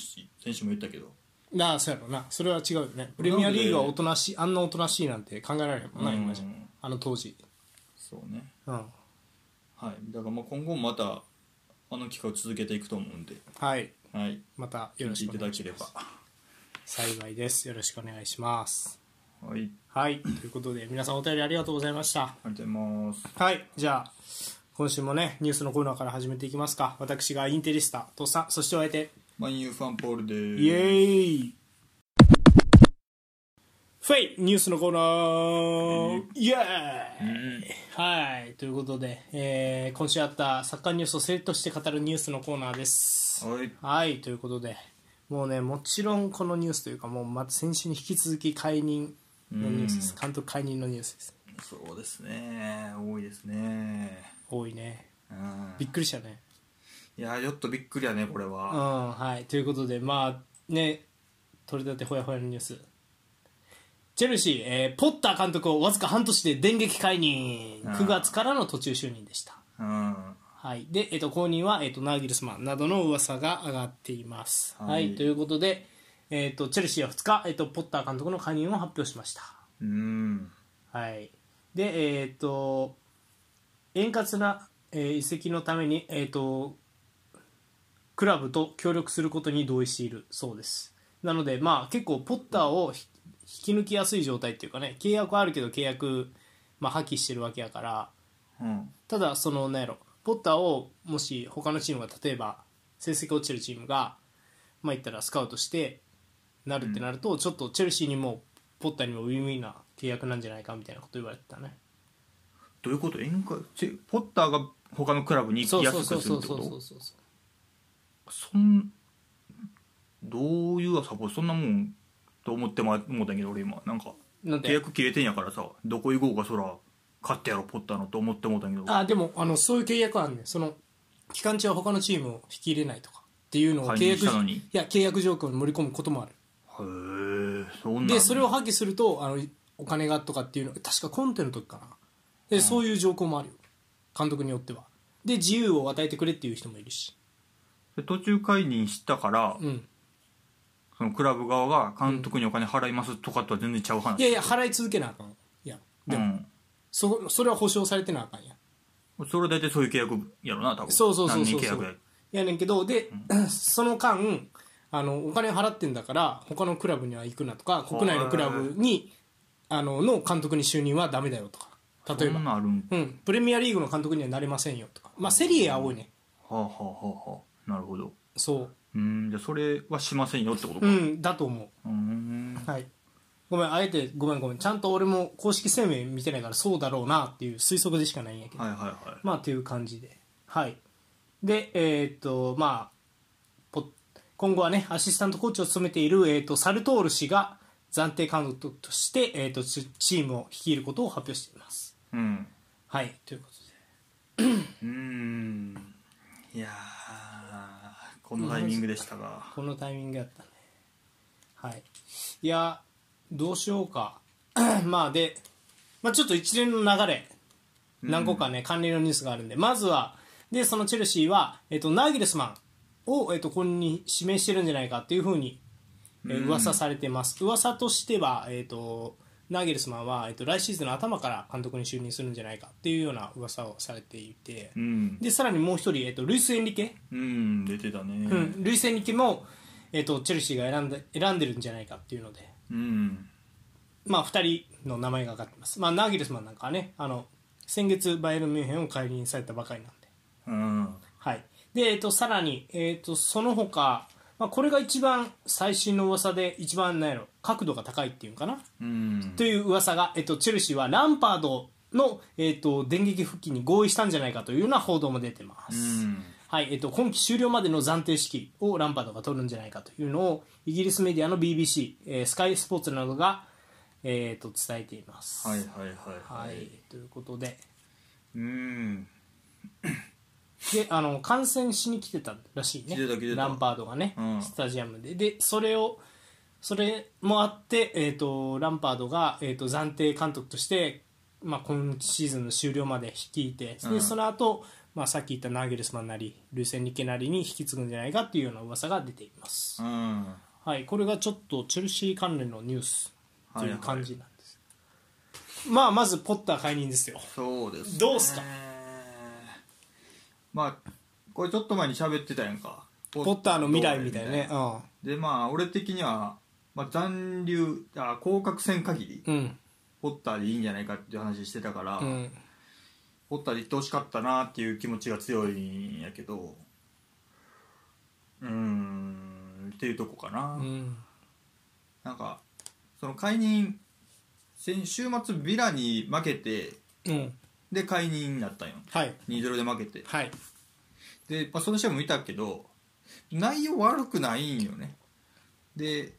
[SPEAKER 2] 選手も言ったけど
[SPEAKER 1] なあそうやろなそれは違うよねプレミアリーグはおとなしいあんなおとなしいなんて考えられへんもんな、今じゃ
[SPEAKER 2] うん
[SPEAKER 1] あの当時
[SPEAKER 2] そうね
[SPEAKER 1] うん
[SPEAKER 2] はいだからまあ今後もまたあの企画を続けていくと思うんで
[SPEAKER 1] はい
[SPEAKER 2] はい
[SPEAKER 1] またよろ
[SPEAKER 2] 聞
[SPEAKER 1] し
[SPEAKER 2] い
[SPEAKER 1] く
[SPEAKER 2] て
[SPEAKER 1] お願
[SPEAKER 2] いた
[SPEAKER 1] い
[SPEAKER 2] だ
[SPEAKER 1] し
[SPEAKER 2] ければ
[SPEAKER 1] ます幸いですよろしくお願いします
[SPEAKER 2] はいあり
[SPEAKER 1] はいということで皆さんお便りありがとうございました
[SPEAKER 2] がとうございます
[SPEAKER 1] はいじゃあ今週もねニュースのコーナーから始めていきますか私がインテリスタとさそしてお相手
[SPEAKER 2] マインユーファンポールでーす
[SPEAKER 1] イエーイフェイニュースのコーナーイエーイ
[SPEAKER 2] うん
[SPEAKER 1] はいということで、えー今週あったサッカーニュースをセットして語るニュースのコーナーです
[SPEAKER 2] はい
[SPEAKER 1] はいということでもうねもちろんこのニュースというかもうまた先週に引き続き解任のニュースです監督解任のニュースです
[SPEAKER 2] そうですね多いですね
[SPEAKER 1] 多いね
[SPEAKER 2] うん
[SPEAKER 1] びっくりしたね
[SPEAKER 2] いやちょっとびっくりやねこれ
[SPEAKER 1] うん
[SPEAKER 2] は
[SPEAKER 1] はいということでまあね取り立てほやほやのニュースチェルシー、えーポッター監督をわずか半年で電撃解任
[SPEAKER 2] あー
[SPEAKER 1] 9月からの途中就任でした
[SPEAKER 2] うん
[SPEAKER 1] はい、で、えっと後任は、えっとナーギルスマンなどの噂が上がっています。
[SPEAKER 2] はい
[SPEAKER 1] はい、ということで、えっとチェルシーは2日、えっとポッター監督の解任を発表しました。
[SPEAKER 2] うん
[SPEAKER 1] はい、で、えっと円滑な、えー移籍のために、えっとクラブと協力することに同意しているそうです。なので、まあ、結構ポッターをひ引き抜きやすい状態っていうかね契約はあるけど契約、まあ、破棄してるわけやから。
[SPEAKER 2] うん
[SPEAKER 1] ただそのなんやろポッターをもし他のチームが例えば成績落ちてるチームがまあ言ったらスカウトしてなるってなると、ちょっとチェルシーにもポッターにもウィンウィンな契約なんじゃないかみたいなこと言われてたね
[SPEAKER 2] どういうこと円滑ちポッターが他のクラブに行
[SPEAKER 1] そ
[SPEAKER 2] き
[SPEAKER 1] う
[SPEAKER 2] や
[SPEAKER 1] そ
[SPEAKER 2] す
[SPEAKER 1] うそう
[SPEAKER 2] くする
[SPEAKER 1] そ
[SPEAKER 2] っ
[SPEAKER 1] う
[SPEAKER 2] て
[SPEAKER 1] そ
[SPEAKER 2] こ
[SPEAKER 1] うそ
[SPEAKER 2] と
[SPEAKER 1] うそう
[SPEAKER 2] そんどういうサポそんなもんと思ってま思ったんやけど俺今なんか
[SPEAKER 1] なん
[SPEAKER 2] 契
[SPEAKER 1] で
[SPEAKER 2] 約切れてんやからさどこ行こうかそら勝ってやろポッターのと思って思ったんやけど
[SPEAKER 1] あでもあのそういう契約はあるねその期間中は他のチームを引き入れないとかっていうのを
[SPEAKER 2] 解
[SPEAKER 1] 契
[SPEAKER 2] 任
[SPEAKER 1] 約
[SPEAKER 2] したのに
[SPEAKER 1] いや契約条項に盛り込むこともある
[SPEAKER 2] へえそんなん
[SPEAKER 1] でそれを破棄するとあのお金がとかっていうの確かコンテの時かなで、そういう条項もあるよ監督によってはで自由を与えてくれっていう人もいるし
[SPEAKER 2] で途中解任したから、
[SPEAKER 1] うん
[SPEAKER 2] そのクラブ側が監督にお金払いますとかとは全然ちゃう話
[SPEAKER 1] いやいや払い続けなあかんいやでも、そそれは保証されてなあかんや
[SPEAKER 2] うん、それは大体そういう契約やろな多分
[SPEAKER 1] そうそうそうそう
[SPEAKER 2] 何年契約や
[SPEAKER 1] やねんけどで、 *clears throat* その間あのお金払ってんだから他のクラブには行くなとか国内のクラブにあのの監督に就任はダメだよとか例え
[SPEAKER 2] そ
[SPEAKER 1] ば
[SPEAKER 2] ん、なんあるん
[SPEAKER 1] うん、プレミアリーグの監督にはなれませんよとかまあセリエは多いね
[SPEAKER 2] はあはあはあはあなるほど
[SPEAKER 1] そう
[SPEAKER 2] ーんじゃあそれはしませんよってことか
[SPEAKER 1] う、う
[SPEAKER 2] うん
[SPEAKER 1] だと思
[SPEAKER 2] ーん
[SPEAKER 1] うはいごめんあえてごめんごめんちゃんと俺も公式声明見てないからそうだろうなっていう推測でしかないんやけど、
[SPEAKER 2] はいはいはい
[SPEAKER 1] まあという感じではいでえーっとまあポ今後はねアシスタントコーチを務めている、えーっとサルトール氏が暫定監督として、えーっとチチームを率いることを発表しています
[SPEAKER 2] うん
[SPEAKER 1] はいということで
[SPEAKER 2] うーんいやーこのタイミングでしたが
[SPEAKER 1] このタイミングやったねはいいやどうしようか *clears throat* まあで、まあ、ちょっと一連の流れ何個かね、関連のニュースがあるんでまずはでそのチェルシーは、えっとナーギルスマンを、えっとこれに指名してるんじゃないかっていうふうに、えー
[SPEAKER 2] うん
[SPEAKER 1] 噂されてます、噂としては、えっとナーギルスマンは、えっと来シーズンの頭から監督に就任するんじゃないかっていうような噂をされていて、
[SPEAKER 2] うん
[SPEAKER 1] でさらにもう一人、えっとルイス・エンリケ
[SPEAKER 2] うん出てたね
[SPEAKER 1] うん、ルイス・エンリケも、えっとチェルシーが選んで選んでるんじゃないかっていうので、
[SPEAKER 2] うん
[SPEAKER 1] まあ、2人の名前が挙がってます、まあ、ナーギルスマンなんかはねあの先月バイエルン・ミュンヘンを解任されたばかりなんで,、
[SPEAKER 2] うん
[SPEAKER 1] はいでえっとさらに、えっとその他、まあ、これが一番最新の噂で一番なんやろ角度が高いっていうんかな
[SPEAKER 2] うん
[SPEAKER 1] という噂が、えっとチェルシーはランパードの、えっと電撃復帰に合意したんじゃないかというような報道も出てま
[SPEAKER 2] う
[SPEAKER 1] す、
[SPEAKER 2] ん
[SPEAKER 1] はいえっと今季終了までの暫定指揮をランパードが取るんじゃないかというのをイギリスメディアの BBC、えースカイスポーツなどが、えー、と伝えています。
[SPEAKER 2] はいはいはい
[SPEAKER 1] はいということで
[SPEAKER 2] うん
[SPEAKER 1] であの観戦しに来てたらしいね
[SPEAKER 2] 来てた来てた
[SPEAKER 1] ランパードがね、
[SPEAKER 2] うん
[SPEAKER 1] スタジアムででそれをそれもあって、えー、とランパードが、えー、と暫定監督として、まあ、今シーズンの終了まで率いてで、
[SPEAKER 2] うん
[SPEAKER 1] その後、まあさっき言ったナーゲルスマンなりルーセン・リケなりに引き継ぐんじゃないかっていうような噂が出ています、
[SPEAKER 2] うんは
[SPEAKER 1] はい、これがちょっとチェルシー関連のニュースと
[SPEAKER 2] い
[SPEAKER 1] い
[SPEAKER 2] は
[SPEAKER 1] う
[SPEAKER 2] い
[SPEAKER 1] 感じなんです、まあまずポッター解任ですよ
[SPEAKER 2] そうです、ね、
[SPEAKER 1] どうすか
[SPEAKER 2] まあこれちょっと前に喋ってたやんかポ
[SPEAKER 1] ポッターの未来みたいなね
[SPEAKER 2] でまあ俺的には、まあ、残留あ降格戦限り
[SPEAKER 1] うんうん
[SPEAKER 2] ポッターでいいんじゃないかっていう話してたから、
[SPEAKER 1] うん
[SPEAKER 2] ポッターで行ってほしかったなっていう気持ちが強いんやけどうーんっていうとこかな、
[SPEAKER 1] うん
[SPEAKER 2] なんかその解任先週末ビラに負けて
[SPEAKER 1] うん
[SPEAKER 2] で解任になったんよ
[SPEAKER 1] はい
[SPEAKER 2] 2-0で負けて
[SPEAKER 1] はい
[SPEAKER 2] で、まあ、その試合も見たけど内容悪くないんよねで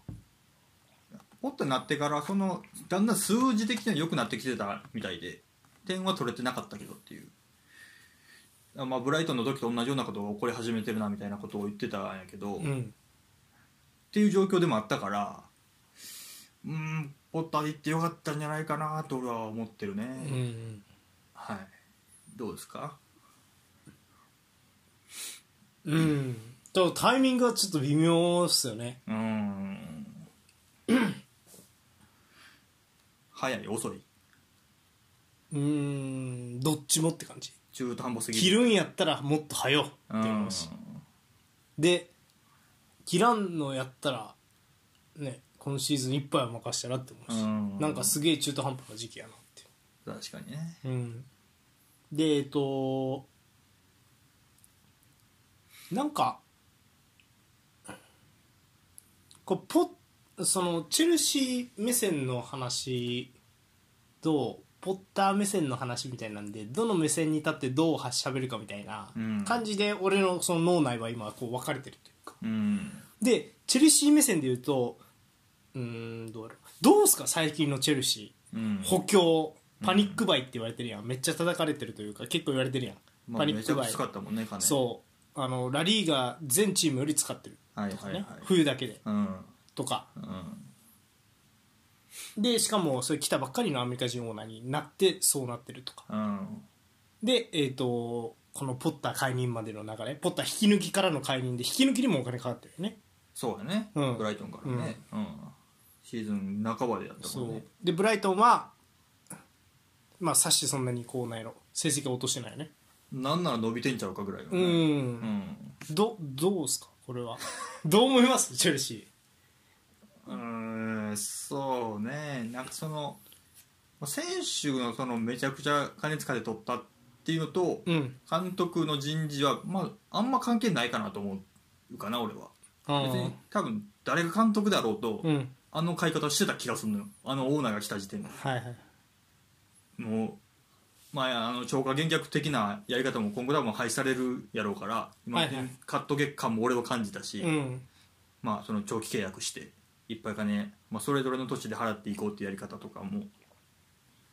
[SPEAKER 2] ポッとなってからそのだんだん数字的には良くなってきてたみたいで点は取れてなかったけどっていうあまあブライトンの時と同じようなことが起こり始めてるなみたいなことを言ってたんやけど、
[SPEAKER 1] う
[SPEAKER 2] っ
[SPEAKER 1] ん
[SPEAKER 2] ていう状況でもあったからうーんポッターで行ってよかったんじゃないかなと俺は思ってるね、
[SPEAKER 1] うん
[SPEAKER 2] はいどうですか
[SPEAKER 1] うんとタイミングはちょっと微妙っすよね
[SPEAKER 2] うーん早い遅い
[SPEAKER 1] うんどっちもって感じ
[SPEAKER 2] 中途半端すぎ
[SPEAKER 1] 切るんやったらもっと早うって
[SPEAKER 2] う
[SPEAKER 1] 思
[SPEAKER 2] ん
[SPEAKER 1] うしで切らんのやったらね今シーズン一杯は任したらって思うし
[SPEAKER 2] うん
[SPEAKER 1] なんかすげえ中途半端な時期やなっていう
[SPEAKER 2] 確かにね
[SPEAKER 1] うん、でえっとなんかこうポそのチェルシー目線の話とポッター目線の話みたいなんでどの目線に立ってどうはしゃべるかみたいな
[SPEAKER 2] うん
[SPEAKER 1] 感じで俺のその脳内は今こう分かれてるというか
[SPEAKER 2] うん
[SPEAKER 1] でチェルシー目線で言うとうーんどうやろうどうすか最近のチェルシー
[SPEAKER 2] うん
[SPEAKER 1] 補強パニックバイって言われてるやん、めっちゃ叩かれてるというか結構言われてるやん、
[SPEAKER 2] ま
[SPEAKER 1] パ
[SPEAKER 2] あ
[SPEAKER 1] ニ
[SPEAKER 2] め
[SPEAKER 1] ッ
[SPEAKER 2] ちゃ
[SPEAKER 1] ク
[SPEAKER 2] く
[SPEAKER 1] バ
[SPEAKER 2] ちゃ
[SPEAKER 1] イ
[SPEAKER 2] 使ったもんね金
[SPEAKER 1] そうあのラリーが全チームより使ってる、
[SPEAKER 2] はいはいはい
[SPEAKER 1] ね冬だけで
[SPEAKER 2] うん
[SPEAKER 1] とか
[SPEAKER 2] うん
[SPEAKER 1] でしかもそれ来たばっかりのアメリカ人オーナーになってそうなってるとか
[SPEAKER 2] うん
[SPEAKER 1] でえっ、とこのポッター解任までの流れポッター引き抜きからの解任で引き抜きにもお金かかってるよね
[SPEAKER 2] そうやね
[SPEAKER 1] うん
[SPEAKER 2] ブライトンからねうんシーズン半ばでやった
[SPEAKER 1] そ
[SPEAKER 2] もん
[SPEAKER 1] う
[SPEAKER 2] ね
[SPEAKER 1] でブライトンはまあさしてそんなにこうなんやろ成績は落としてないよね
[SPEAKER 2] なんなら伸びてんちゃうかぐらいの
[SPEAKER 1] う
[SPEAKER 2] ね
[SPEAKER 1] ん
[SPEAKER 2] うん
[SPEAKER 1] どどうすかこれは *laughs* どう思いますチェルシ
[SPEAKER 2] うーんそうねなんかそのまあ選手のそのめちゃくちゃ金使って取ったっていうのと、
[SPEAKER 1] うん
[SPEAKER 2] 監督の人事は、まあ、あんま関係ないかなと思うかな俺は
[SPEAKER 1] あ
[SPEAKER 2] 別
[SPEAKER 1] ー
[SPEAKER 2] に多分誰が監督だろうと、
[SPEAKER 1] うん
[SPEAKER 2] あの買い方してた気がするのよあのオーナーが来た時点で
[SPEAKER 1] はいはい
[SPEAKER 2] もうまあ、あの超過減却的なやり方も今後多分廃止されるやろうから今、
[SPEAKER 1] はいはい
[SPEAKER 2] カット月間も俺は感じたし、
[SPEAKER 1] うん
[SPEAKER 2] まあ、その長期契約していっぱい金、まあ、それぞれの土地で払っていこうっていうやり方とかも、ま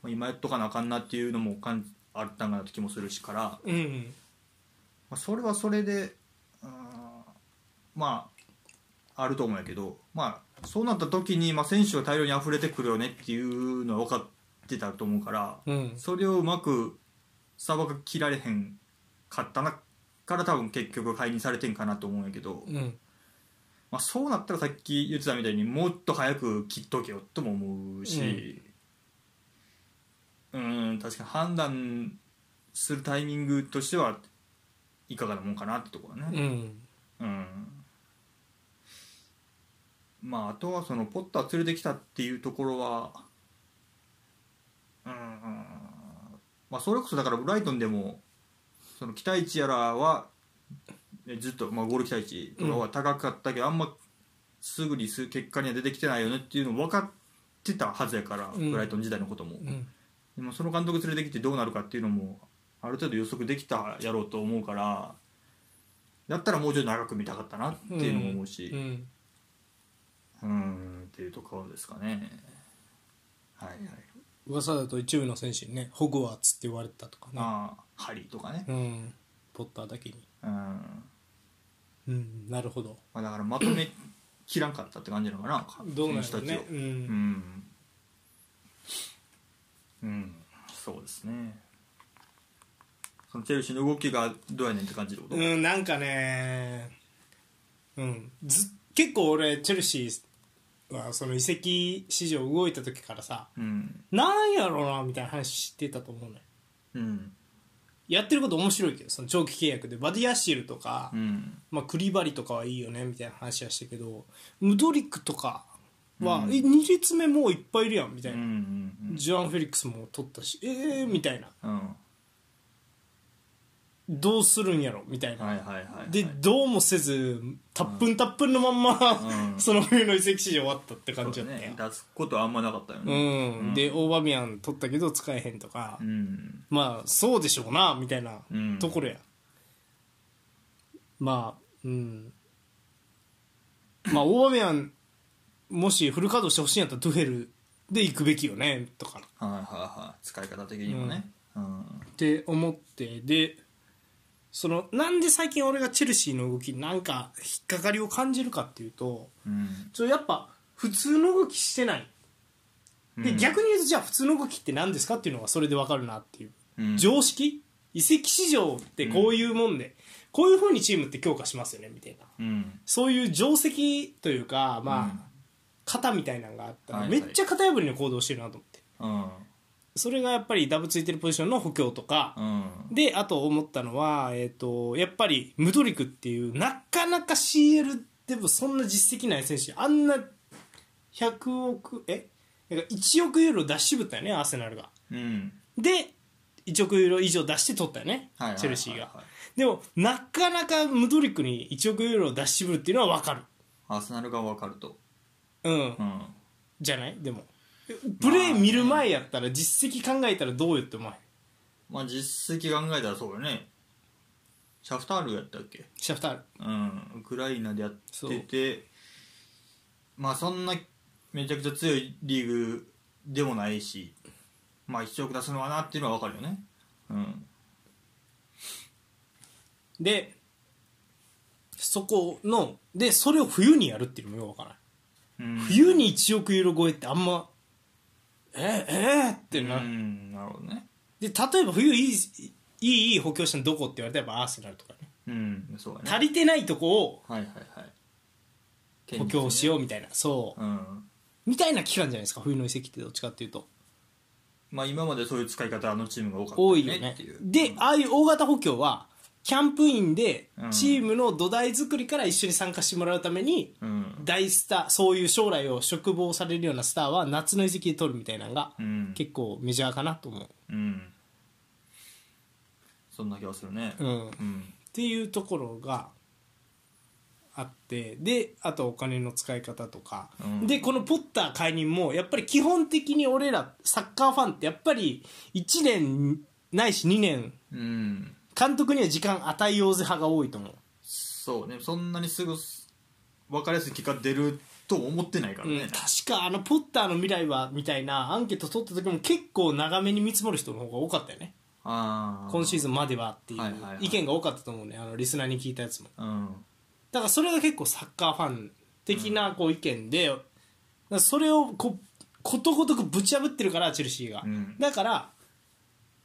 [SPEAKER 2] あ、今やっとかなあかんなっていうのも感じあったんかなって気もするしから、ま
[SPEAKER 1] うん
[SPEAKER 2] あ、それはそれでうーんまああると思うんやけど、まあ、そうなった時に、まあ、選手は大量に溢れてくるよねっていうのは分かってたと思うから、
[SPEAKER 1] うん
[SPEAKER 2] それをうまくさばきられへんかったなから多分結局解任されてんかなと思うんやけど。
[SPEAKER 1] うん
[SPEAKER 2] まあ、そうなったらさっき言ってたみたいにもっと早く切っとけよとも思うしうん確かに判断するタイミングとしてはいかがなもんかなってところは
[SPEAKER 1] う
[SPEAKER 2] ね、
[SPEAKER 1] ん
[SPEAKER 2] うんまああとはそのポッター連れてきたっていうところはうんまあそれこそだからブライトンでもその期待値やらはえずっと、まあ、ゴール期待値とかは高かったけど、あんますぐにす結果には出てきてないよねっていうの分かってたはずやから、
[SPEAKER 1] うん
[SPEAKER 2] ブライトン時代のこと
[SPEAKER 1] う
[SPEAKER 2] も、
[SPEAKER 1] ん
[SPEAKER 2] でもその監督連れてきてどうなるかっていうのもある程度予測できたやろうと思うからだったらもうちょっと長く見たかったなっていうのも思うし
[SPEAKER 1] う、ん
[SPEAKER 2] うーんっていうところですかねはいはい、
[SPEAKER 1] 噂だと一部の選手にねホグワーツって言われてたとかね
[SPEAKER 2] まあハリーとかね
[SPEAKER 1] うんポッターだけに
[SPEAKER 2] うん、
[SPEAKER 1] うんなるほど
[SPEAKER 2] まあ、だからまとめきらんかったって感じなのかな
[SPEAKER 1] *coughs* どうなる
[SPEAKER 2] 選手たち
[SPEAKER 1] ね
[SPEAKER 2] を
[SPEAKER 1] う
[SPEAKER 2] うんん、うん、そうですねそのチェルシーの動きがどうやねんって感じること、
[SPEAKER 1] うんなんかねうんず結構俺チェルシーはその移籍市場動いた時からさ
[SPEAKER 2] うん
[SPEAKER 1] なんやろうなみたいな話してたと思うね
[SPEAKER 2] うん
[SPEAKER 1] やってること面白いけどその長期契約でバディアシルとか、
[SPEAKER 2] うん
[SPEAKER 1] まあ、クリバリとかはいいよねみたいな話はしたけどムドリックとかは、
[SPEAKER 2] うん
[SPEAKER 1] え2列目もういっぱいいるやんみた
[SPEAKER 2] う
[SPEAKER 1] い
[SPEAKER 2] んう
[SPEAKER 1] な、
[SPEAKER 2] ん
[SPEAKER 1] ジョアン・フェリックスも取ったしええー、みたいな
[SPEAKER 2] うん
[SPEAKER 1] どうするんやろみたいな、
[SPEAKER 2] はいはいはいはい
[SPEAKER 1] でどうもせずたっぷんたっぷんのまんま、
[SPEAKER 2] うん
[SPEAKER 1] その冬の移籍市場終わったって感じ
[SPEAKER 2] そう
[SPEAKER 1] だ
[SPEAKER 2] だ
[SPEAKER 1] ったよ
[SPEAKER 2] ね、出すことはあんまなかったよ
[SPEAKER 1] う
[SPEAKER 2] ね
[SPEAKER 1] んでオーバーミアン取ったけど使えへんとか、
[SPEAKER 2] うん
[SPEAKER 1] まあそうでしょうなみたいな
[SPEAKER 2] うん
[SPEAKER 1] ところや、まあうんまあ大雨はもしフル稼働してほしいんやったらトゥヘルで行くべきよねとか
[SPEAKER 2] はいはいはい使い方的にもねうん
[SPEAKER 1] って思ってでそのなんで最近俺がチェルシーの動きになんか引っかかりを感じるかっていうと
[SPEAKER 2] うん
[SPEAKER 1] ちょやっぱ普通の動きしてないで、
[SPEAKER 2] うん
[SPEAKER 1] 逆に言うとじゃあ普通の動きって何ですかっていうのがそれで分かるなっていう
[SPEAKER 2] うん
[SPEAKER 1] 常識移籍市場ってこういうもんで、こういうふうにチームって強化しますよねみたいな
[SPEAKER 2] うん
[SPEAKER 1] そういう定石というかまあ、
[SPEAKER 2] うん
[SPEAKER 1] 型みたいなのがあったら、
[SPEAKER 2] はいはい
[SPEAKER 1] めっちゃ型破りの行動してるなと思って
[SPEAKER 2] うん
[SPEAKER 1] それがやっぱりダブついてるポジションの補強とか、
[SPEAKER 2] うん
[SPEAKER 1] であと思ったのは、えー、とやっぱりムドリクっていうなかなか CL でもそんな実績ない選手あんな100億えなんか1億ユーロ出しぶったよねアーセナルが。
[SPEAKER 2] うん
[SPEAKER 1] で1億ユーロ以上出して取ったよね、
[SPEAKER 2] はいはいはいはい
[SPEAKER 1] チェルシーがでもなかなかムドリックに1億ユーロを出し渋るっていうのは分かる
[SPEAKER 2] アーセナルが分かると
[SPEAKER 1] うん、
[SPEAKER 2] うん
[SPEAKER 1] じゃないでもプレー見る前やったら実績考えたらどうよって思わへん
[SPEAKER 2] まあ実績考えたらそうよねシャフタールやったっけ
[SPEAKER 1] シャフタール
[SPEAKER 2] うんウクライナでやっ
[SPEAKER 1] そう
[SPEAKER 2] ててまあそんなめちゃくちゃ強いリーグでもないしまあ1億出すのはなっていうのは分かるよねうん
[SPEAKER 1] でそこのでそれを冬にやるっていうのもよく分からない
[SPEAKER 2] うん
[SPEAKER 1] 冬に1億ユーロ超えってあんまええー、ってな、
[SPEAKER 2] うんなるほどね
[SPEAKER 1] で例えば冬いいいいいい補強したのどこって言われたらやっぱアーセナルとかね
[SPEAKER 2] うんそうだね
[SPEAKER 1] 足りてないとこを
[SPEAKER 2] はいはいはい
[SPEAKER 1] 補強しようみたいなそう
[SPEAKER 2] う、ん
[SPEAKER 1] みたいな期間じゃないですか冬の移籍ってどっちかっていうと
[SPEAKER 2] まあ今までそういう使い方のチームが多かった
[SPEAKER 1] 多いよね
[SPEAKER 2] っていう
[SPEAKER 1] でああいう大型補強はキャンプインで
[SPEAKER 2] うん
[SPEAKER 1] チームの土台作りから一緒に参加してもらうために、
[SPEAKER 2] うん
[SPEAKER 1] 大スターそういう将来を嘱望されるようなスターは夏の移籍で取るみたいなのが
[SPEAKER 2] うん
[SPEAKER 1] 結構メジャーかなと思
[SPEAKER 2] うんそんな気がするね
[SPEAKER 1] う、うん、っ
[SPEAKER 2] うん
[SPEAKER 1] ていうところがあってであとお金の使い方とか、
[SPEAKER 2] うん
[SPEAKER 1] でこのポッター解任もやっぱり基本的に俺らサッカーファンってやっぱり1年ないし2年
[SPEAKER 2] うん
[SPEAKER 1] 監督には時間与えようぜ派が多いと思う
[SPEAKER 2] そうねそんなにすぐ分かりやすい結果出るとも思ってないから
[SPEAKER 1] うん
[SPEAKER 2] ね、
[SPEAKER 1] 確かあのポッターの未来はみたいなアンケート取った時も結構長めに見積もる人の方が多かったよね
[SPEAKER 2] あ
[SPEAKER 1] 今シー
[SPEAKER 2] ズ
[SPEAKER 1] ズンまではっていう
[SPEAKER 2] はいはいはい
[SPEAKER 1] 意見が多かったと思うねあのリスナーに聞いたやつも
[SPEAKER 2] ンうん
[SPEAKER 1] だからそれが結構サッカーファン的なこう意見で、だからそれをこことごとくぶち破ってるからチェルシーが、
[SPEAKER 2] うん
[SPEAKER 1] だから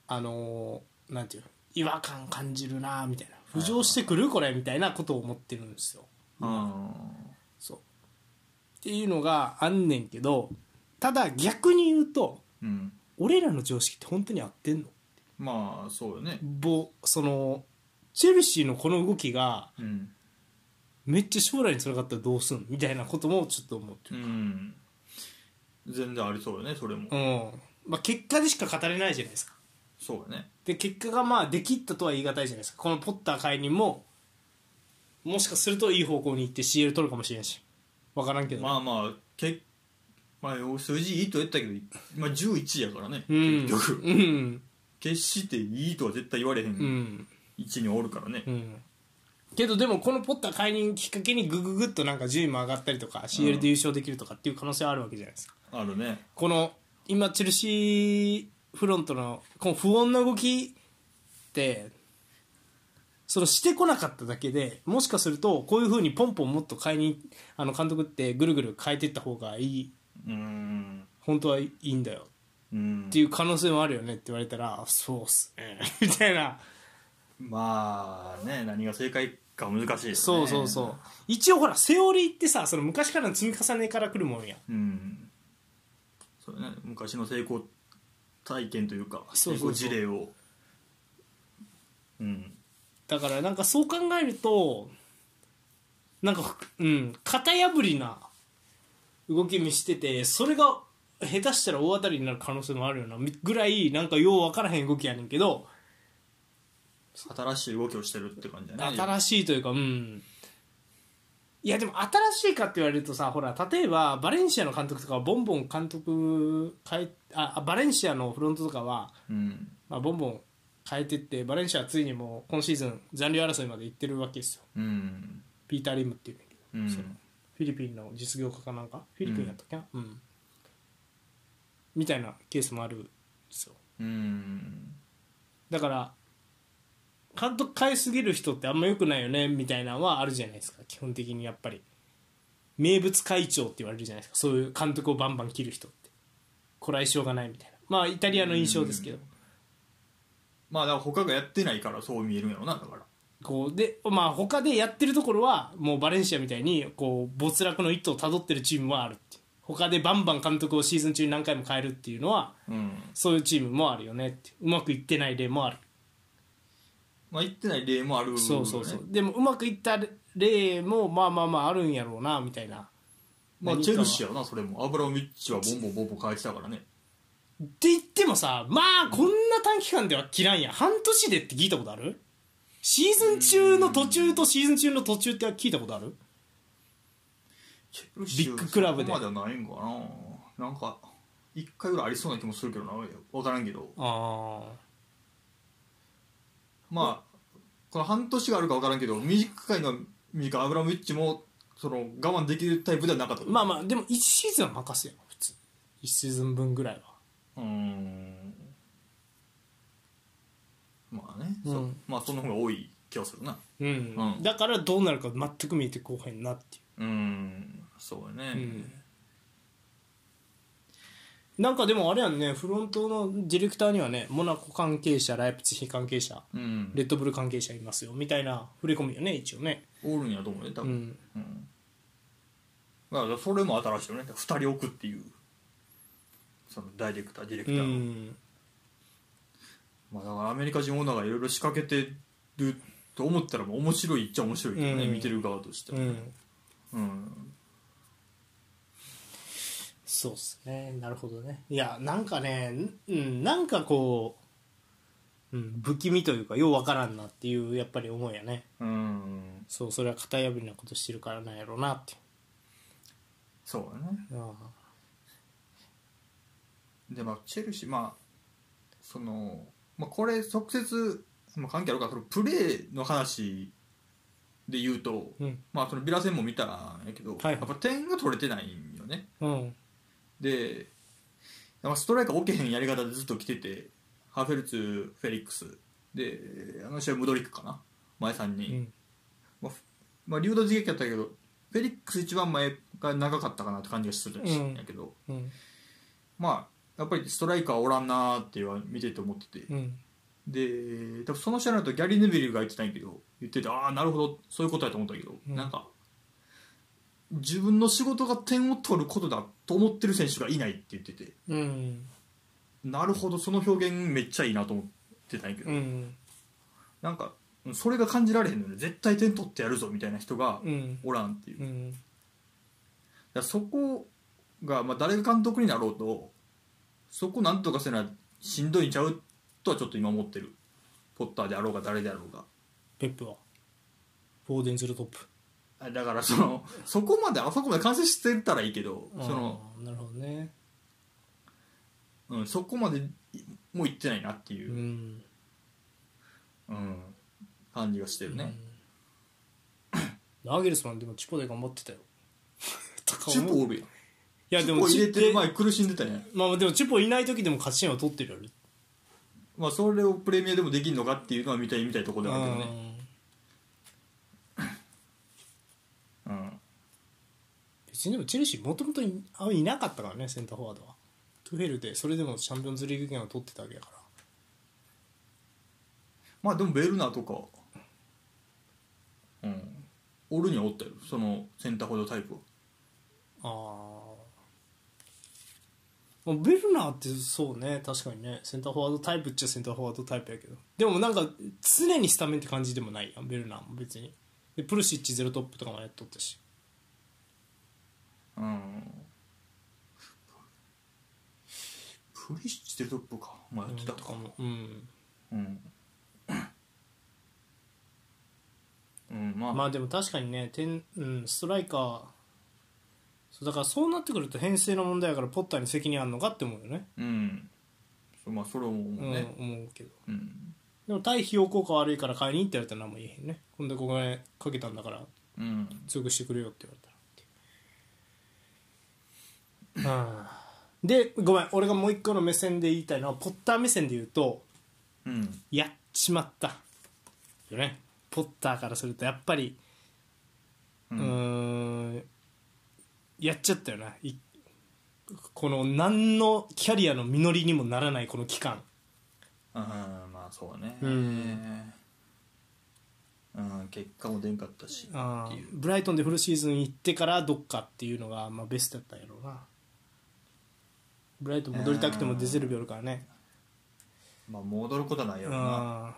[SPEAKER 1] あのーなんていうの違和感感じるなみたいな浮上してくるこれみたいなことを思ってるんですよ、
[SPEAKER 2] うん
[SPEAKER 1] そうっていうのがあんねんけどただ逆に言うと
[SPEAKER 2] うん
[SPEAKER 1] 俺らの常識って本当に合ってんの
[SPEAKER 2] まあそうよね
[SPEAKER 1] ぼそのチェルシーのこの動きが
[SPEAKER 2] うん、
[SPEAKER 1] めっちゃ将来につながったらどうすんみたいなこともちょっと思って
[SPEAKER 2] う
[SPEAKER 1] る、
[SPEAKER 2] ん、全然ありそうよねそれも、
[SPEAKER 1] うんまあ、結果でしか語れないじゃないですか
[SPEAKER 2] そうよね
[SPEAKER 1] で結果がまあできったとは言い難いじゃないですかこのポッター解任ももしかするといい方向に行って CL 取るかもしれんし分からんけど、
[SPEAKER 2] まあまあけ、まあ、数字いいとは言ったけど、まあ、11やからね、
[SPEAKER 1] うん
[SPEAKER 2] 結局
[SPEAKER 1] うん
[SPEAKER 2] 決していいとは絶対言われへ
[SPEAKER 1] うんん
[SPEAKER 2] 位置におるからね
[SPEAKER 1] うん、けどでもこのポッター解任きっかけにグググッとなんか順位も上がったりとか CL で優勝できるとかっていう可能性はあるわけじゃないですか
[SPEAKER 2] あるね
[SPEAKER 1] この今チェルシーフロントのこの不穏な動きってそのしてこなかっただけでもしかするとこういうふうにポンポンもっと解任あの監督ってぐるぐる変えていった方がいいう
[SPEAKER 2] ーん
[SPEAKER 1] 本当はいいんだよ
[SPEAKER 2] うん
[SPEAKER 1] っていう可能性もあるよねって言われたらそうっすね *laughs* みたいな。
[SPEAKER 2] まあね何が正解か難しいよね
[SPEAKER 1] そうそうそう一応ほらセオリーってさその昔からの積み重ねから来るもんや
[SPEAKER 2] うんそうね、昔の成功体験というか
[SPEAKER 1] そうそうそう
[SPEAKER 2] 成功事例をうん
[SPEAKER 1] だからなんかそう考えるとなんかうん型破りな動き見しててそれが下手したら大当たりになる可能性もあるよなみぐらいなんかよう分からへん動きやねんけど
[SPEAKER 2] 新しい動きをしてるって感じだね
[SPEAKER 1] 新しいというかうんいやでも新しいかって言われるとさほら例えばバレンシアの監督とかはボンボン監督変えああバレンシアのフロントとかは
[SPEAKER 2] うん
[SPEAKER 1] まあ、ボンボン変えてってバレンシアはついにもう今シーズン残留争いまで行ってるわけですよ
[SPEAKER 2] うん
[SPEAKER 1] ピーター・リムっていう
[SPEAKER 2] うん
[SPEAKER 1] そうフィリピンの実業家かなんかフィリピンだったっけな、うんみたいなケースもあるんですよ
[SPEAKER 2] うん
[SPEAKER 1] だから監督変えすぎる人ってあんま良くないよねみたいなのはあるじゃないですか基本的にやっぱり名物会長って言われるじゃないですかそういう監督をバンバン切る人ってこらえ性がないみたいなまあイタリアの印象ですけど、
[SPEAKER 2] まあだから他がやってないからそう見えるんやろなだから
[SPEAKER 1] こうでまあ他でやってるところはもうバレンシアみたいにこう没落の一途をたどってるチームもあるっていう他でバンバン監督をシーズン中に何回も変えるっていうのは
[SPEAKER 2] うん
[SPEAKER 1] そういうチームもあるよねってうまくいってない例もある、
[SPEAKER 2] まあ言ってない例もあるよね
[SPEAKER 1] そうそうそうでもうまくいった例もまあまあまああるんやろうなみたいな
[SPEAKER 2] まあ
[SPEAKER 1] 何か
[SPEAKER 2] チェルシーやなそれもアブラミッチはボンボンボンボン変えてたからね
[SPEAKER 1] って言ってもさまあこんな短期間では切らんや半年でって聞いたことあるシーズン中の途中とシーズン中の途中って聞いたことある
[SPEAKER 2] チェルシーは
[SPEAKER 1] ビッグクラブで
[SPEAKER 2] そこまではないんかななんか一回ぐらいありそうな気もするけどな分からんけど
[SPEAKER 1] ああ
[SPEAKER 2] まあこの半年があるか分からんけど短いのは短いアブラミッチもその我慢できるタイプではなかった
[SPEAKER 1] まあまあでも1シーズンは任せよ普通1シーズン分ぐらいは
[SPEAKER 2] うーんまあね、
[SPEAKER 1] うん
[SPEAKER 2] そまあその方が多い気がするな
[SPEAKER 1] うん、
[SPEAKER 2] うん
[SPEAKER 1] だからどうなるか全く見えてこうへんなっていう
[SPEAKER 2] ーんそうやね、
[SPEAKER 1] うなんかでもあれやんねフロントのディレクターにはねモナコ関係者ライプツィヒ関係者
[SPEAKER 2] うん
[SPEAKER 1] レッドブル関係者いますよみたいな触れ込みよね一応ね
[SPEAKER 2] おるんやと思うね多
[SPEAKER 1] う
[SPEAKER 2] 分、
[SPEAKER 1] ん
[SPEAKER 2] うんだからそれも新しいよね2人置くっていうそのダイレクターディレク
[SPEAKER 1] う
[SPEAKER 2] ターの、
[SPEAKER 1] ん
[SPEAKER 2] まあ、だからアメリカ人オーナーがいろいろ仕掛けてると思ったらもう面白いっちゃ面白いけどね、
[SPEAKER 1] うん
[SPEAKER 2] 見てる側としては
[SPEAKER 1] うん
[SPEAKER 2] うん
[SPEAKER 1] そうっすねなるほどねいやなんかねうんなんかこう、うん、不気味というかようわからんなっていうやっぱり思いやね
[SPEAKER 2] うん
[SPEAKER 1] そうそれは型破りなことしてるからなんやろうなって
[SPEAKER 2] そうだね
[SPEAKER 1] あ
[SPEAKER 2] でまあチェルシーまあその、まあ、これ直接、まあ、関係あるかそのプレーの話で言うと、
[SPEAKER 1] あうん
[SPEAKER 2] まあそのビラ戦も見たんやけど、
[SPEAKER 1] はい
[SPEAKER 2] やっぱ点が取れてないんよね
[SPEAKER 1] うん
[SPEAKER 2] でまあストライカー置けへんやり方でずっと来ててハーフェルツフェリックスであの試合ムドリックかな前さんに、
[SPEAKER 1] うん
[SPEAKER 2] まあ、ふまあ、流動自撃やったけどフェリックス一番前が長かったかなって感じがするんやけど、
[SPEAKER 1] うん
[SPEAKER 2] まあやっぱりストライカーおらんなーっては見てて思ってて、
[SPEAKER 1] うん
[SPEAKER 2] で多分その試合の後ギャリー・ネビルが言ってたんやけど言っててああなるほどそういうことやと思ったけど、
[SPEAKER 1] うん
[SPEAKER 2] なんか自分の仕事が点を取ることだと思ってる選手がいないって言ってて
[SPEAKER 1] うん
[SPEAKER 2] なるほどその表現めっちゃいいなと思ってたんやけど、
[SPEAKER 1] うん
[SPEAKER 2] なんかそれが感じられへんのよね絶対点取ってやるぞみたいな人が
[SPEAKER 1] うん
[SPEAKER 2] おらんっていう
[SPEAKER 1] うん
[SPEAKER 2] だからそこが、まあ、誰が監督になろうとそこなんとかせなしんどいんちゃうとはちょっと今思ってるポッターであろうが誰であろうが
[SPEAKER 1] ペップはフォーデンズルトップ
[SPEAKER 2] あだからそのそこまであそこまで完成してたらいいけどその、
[SPEAKER 1] あーなるほどね
[SPEAKER 2] うん、そこまでいもう行ってないなっていうう、
[SPEAKER 1] ん
[SPEAKER 2] うん、感じがしてるね、
[SPEAKER 1] うんアゲルスマンでもチュポで頑張ってた
[SPEAKER 2] *laughs*
[SPEAKER 1] よとか
[SPEAKER 2] チ
[SPEAKER 1] 思う
[SPEAKER 2] ュポおるやん
[SPEAKER 1] いや
[SPEAKER 2] チ
[SPEAKER 1] で
[SPEAKER 2] ュポ
[SPEAKER 1] も
[SPEAKER 2] 入れてる
[SPEAKER 1] まあ
[SPEAKER 2] 前苦しんでたやん
[SPEAKER 1] まあでもチュポいない時でも勝ち点は取ってるよね
[SPEAKER 2] まあそれをプレミアでもできるのかっていうのは見たい見たいとこだけどねうん
[SPEAKER 1] 別にでもチェルシーもともといあんまいなかったからねセンターフォワードはトゥヘルでそれでもチャンピオンズリーグ権を取ってたわけだから
[SPEAKER 2] まあでもベルナーとかうんおるにはおったよそのセンターほどタイプ
[SPEAKER 1] あ
[SPEAKER 2] は
[SPEAKER 1] あベルナーってそうね確かにねセンターフォワードタイプっちゃセンターフォワードタイプやけどでもなんか常にスタメンって感じでもないやんベルナーも別にでプルシッチゼロトップとかもやっとったし
[SPEAKER 2] うんプリシッチでトップかまあやってたとか
[SPEAKER 1] もうん
[SPEAKER 2] うん、うん、まあ、
[SPEAKER 1] まあでも確かにね点、うん、ストライカーそうだからそうなってくると編成の問題やからポッターに責任あんのかって思うよね
[SPEAKER 2] うんそうまあそれも思うね
[SPEAKER 1] うん、思うけど
[SPEAKER 2] うん、
[SPEAKER 1] でも対費用効果悪いから買いに行って言われたら何も言えへんね今度ここ金かけたんだから
[SPEAKER 2] うん、
[SPEAKER 1] 強くしてくれよって言われたらっていううんでごめん俺がもう一個の目線で言いたいのはポッター目線で言うと
[SPEAKER 2] うん
[SPEAKER 1] やっちまったよねポッターからするとやっぱり
[SPEAKER 2] う
[SPEAKER 1] うー
[SPEAKER 2] ん
[SPEAKER 1] んやっちゃったよないこの何のキャリアの実りにもならないこの期間
[SPEAKER 2] あーまあそうだね
[SPEAKER 1] うん、
[SPEAKER 2] うん、結果も出んかったし
[SPEAKER 1] あー
[SPEAKER 2] っていう
[SPEAKER 1] ブライトンでフルシーズン行ってからどっかっていうのがまあベストだったんやろうなブライトン戻りたくてもデゼルビおるからね
[SPEAKER 2] まあ戻ることはないよな
[SPEAKER 1] あ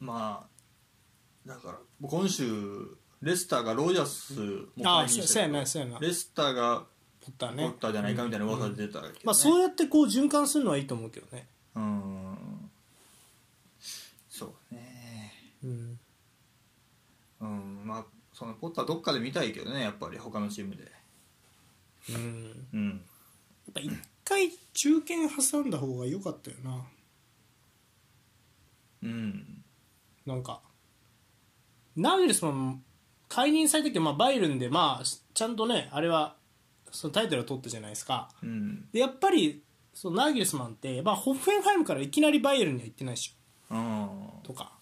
[SPEAKER 2] まあだからもう今週レスターがロジャースも
[SPEAKER 1] あ
[SPEAKER 2] 解
[SPEAKER 1] ーそ
[SPEAKER 2] 任し
[SPEAKER 1] そう
[SPEAKER 2] た
[SPEAKER 1] や
[SPEAKER 2] けど
[SPEAKER 1] なそうやな
[SPEAKER 2] レスターが
[SPEAKER 1] ポッター
[SPEAKER 2] ポ
[SPEAKER 1] ね
[SPEAKER 2] ッターじゃないかみたいな噂
[SPEAKER 1] うん
[SPEAKER 2] で出たけど、ね
[SPEAKER 1] まあ、そうやってこう循環するのはいいと思うけどね、
[SPEAKER 2] うんそうね
[SPEAKER 1] うん、
[SPEAKER 2] うんまあそのポッターどっかで見たいけどねやっぱり他のチームで
[SPEAKER 1] うん、
[SPEAKER 2] うん
[SPEAKER 1] やっぱ一回中堅挟んだ方が良かったよな
[SPEAKER 2] うん
[SPEAKER 1] なんかナウイルスマン解任された時はまあバイルンでまあちゃんとねあれはそのタイトルを取ったじゃないですか
[SPEAKER 2] うん
[SPEAKER 1] でやっぱりそのナーギルスマンって、まあ、ホッフェンハイムからいきなりバイエルンには行ってないでし
[SPEAKER 2] うん
[SPEAKER 1] ょとか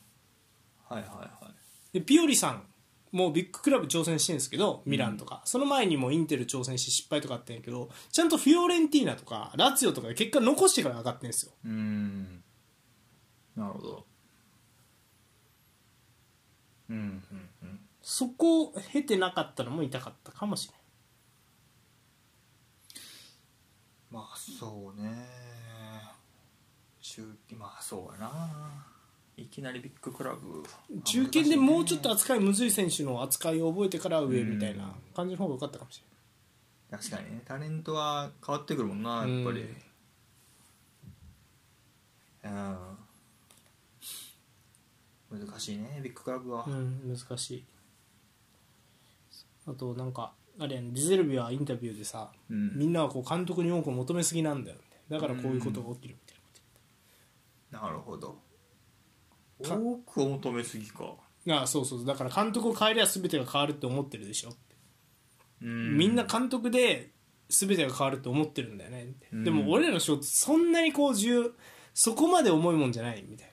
[SPEAKER 2] はいはいはい
[SPEAKER 1] でピオリさんもビッグクラブ挑戦してるんですけどミランとか、その前にもインテル挑戦して失敗とかあったんやけどちゃんとフィオレンティーナとかラツィオとかで結果残してから上がってるんですよ
[SPEAKER 2] うんなるほどうんうんうん
[SPEAKER 1] そこを経てなかったのも痛かったかもしれない
[SPEAKER 2] まあそうね中期まあそうやないきなりビッグクラブ
[SPEAKER 1] 中堅でもうちょっと扱いむずい選手の扱いを覚えてから上みたいな感じの方が良かったかもし
[SPEAKER 2] 確かにねタレントは変わってくるもんなやっぱりうん難しいねビッグクラブは
[SPEAKER 1] れない、うん、難しいあとなんかあれやねディゼルビはインタビューでさ、
[SPEAKER 2] うん
[SPEAKER 1] みんなはこう監督に多く求めすぎなんだよみたいなだからこういうことが起きるみたいなこと
[SPEAKER 2] なるほど
[SPEAKER 1] か
[SPEAKER 2] 多くを求めすぎか
[SPEAKER 1] 言ってああそうそうそうだから監督を変えりゃ全てが変わるって思ってるでしょって
[SPEAKER 2] うん
[SPEAKER 1] みんな監督で全てが変わると思ってるんだよね、
[SPEAKER 2] うん
[SPEAKER 1] でも俺らの仕事そんなにこう重そこまで重いもんじゃないみたいな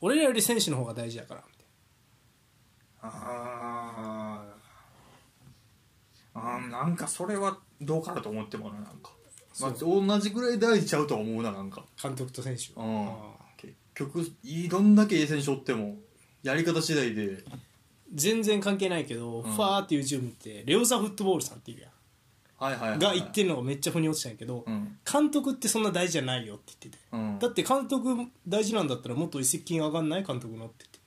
[SPEAKER 1] 俺らより選手の方が大事だからみたい
[SPEAKER 2] あーあーなんかそれはどうかなと思ってもななんか、まあ、同じぐらい大事ちゃうとは思うななんか
[SPEAKER 1] な監督と選手
[SPEAKER 2] う
[SPEAKER 1] は
[SPEAKER 2] ん
[SPEAKER 1] あー
[SPEAKER 2] 結局いどんだけ A 選手おってもやり方次第で
[SPEAKER 1] 全然関係ないけど、ファーっていうチームってレオザフットボールさんっていうや
[SPEAKER 2] はいはいはい、はい、
[SPEAKER 1] んが言ってるのがめっちゃ腑に落ちたんやけど、
[SPEAKER 2] うん
[SPEAKER 1] 監督ってそんな大事じゃないよって言ってて、
[SPEAKER 2] うん
[SPEAKER 1] だって監督大事なんだったらもっと移籍金上がんない監督のって言って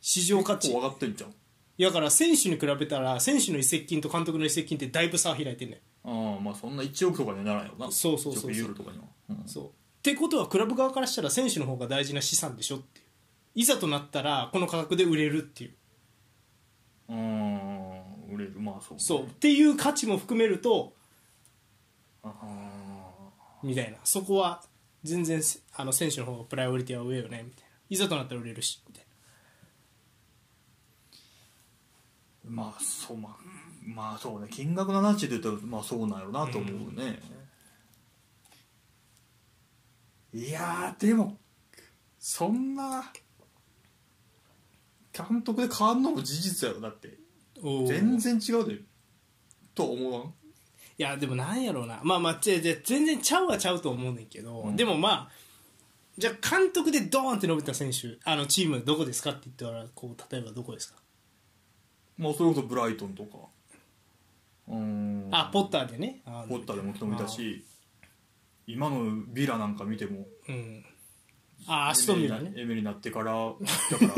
[SPEAKER 1] 市場価値
[SPEAKER 2] 結構上がってんじゃん
[SPEAKER 1] だから選手に比べたら選手の移籍金と監督の移籍金ってだいぶ差開いてんね
[SPEAKER 2] ああまあそんな1億とかにはならんよな
[SPEAKER 1] そうそうそうそう
[SPEAKER 2] 1億ユーロとかには、うん
[SPEAKER 1] んそうってことはクラブ側からしたら選手の方が大事な資産でしょっていういざとなったらこの価格で売れるっていう
[SPEAKER 2] うーん売れるまあそうね
[SPEAKER 1] そうっていう価値も含めると
[SPEAKER 2] あ
[SPEAKER 1] みたいなそこは全然せあの選手の方がプライオリティは上よねみたいないざとなったら売れるしみたいな
[SPEAKER 2] ーまあそうまあまあそうね金額の話で言ったらまあそうなんやろなと思うね、いやーでもそんな監督で変わんのも事実やろだって
[SPEAKER 1] おー
[SPEAKER 2] 全然違うでと思わん
[SPEAKER 1] いやでもなんやろうなまあまあじゃじゃ全然ちゃうはちゃうと思うねんけど、でもまあじゃあ監督でドーンって伸びた選手あのチームどこですかって言ったらこう例えばどこですか、
[SPEAKER 2] まあそれこそブライトンとかうーん
[SPEAKER 1] あポッターでねあ
[SPEAKER 2] ポッターでも伸びたし今のビラなんか見ても
[SPEAKER 1] うんあアストンビラね
[SPEAKER 2] エメリになってからだ
[SPEAKER 1] *laughs*
[SPEAKER 2] から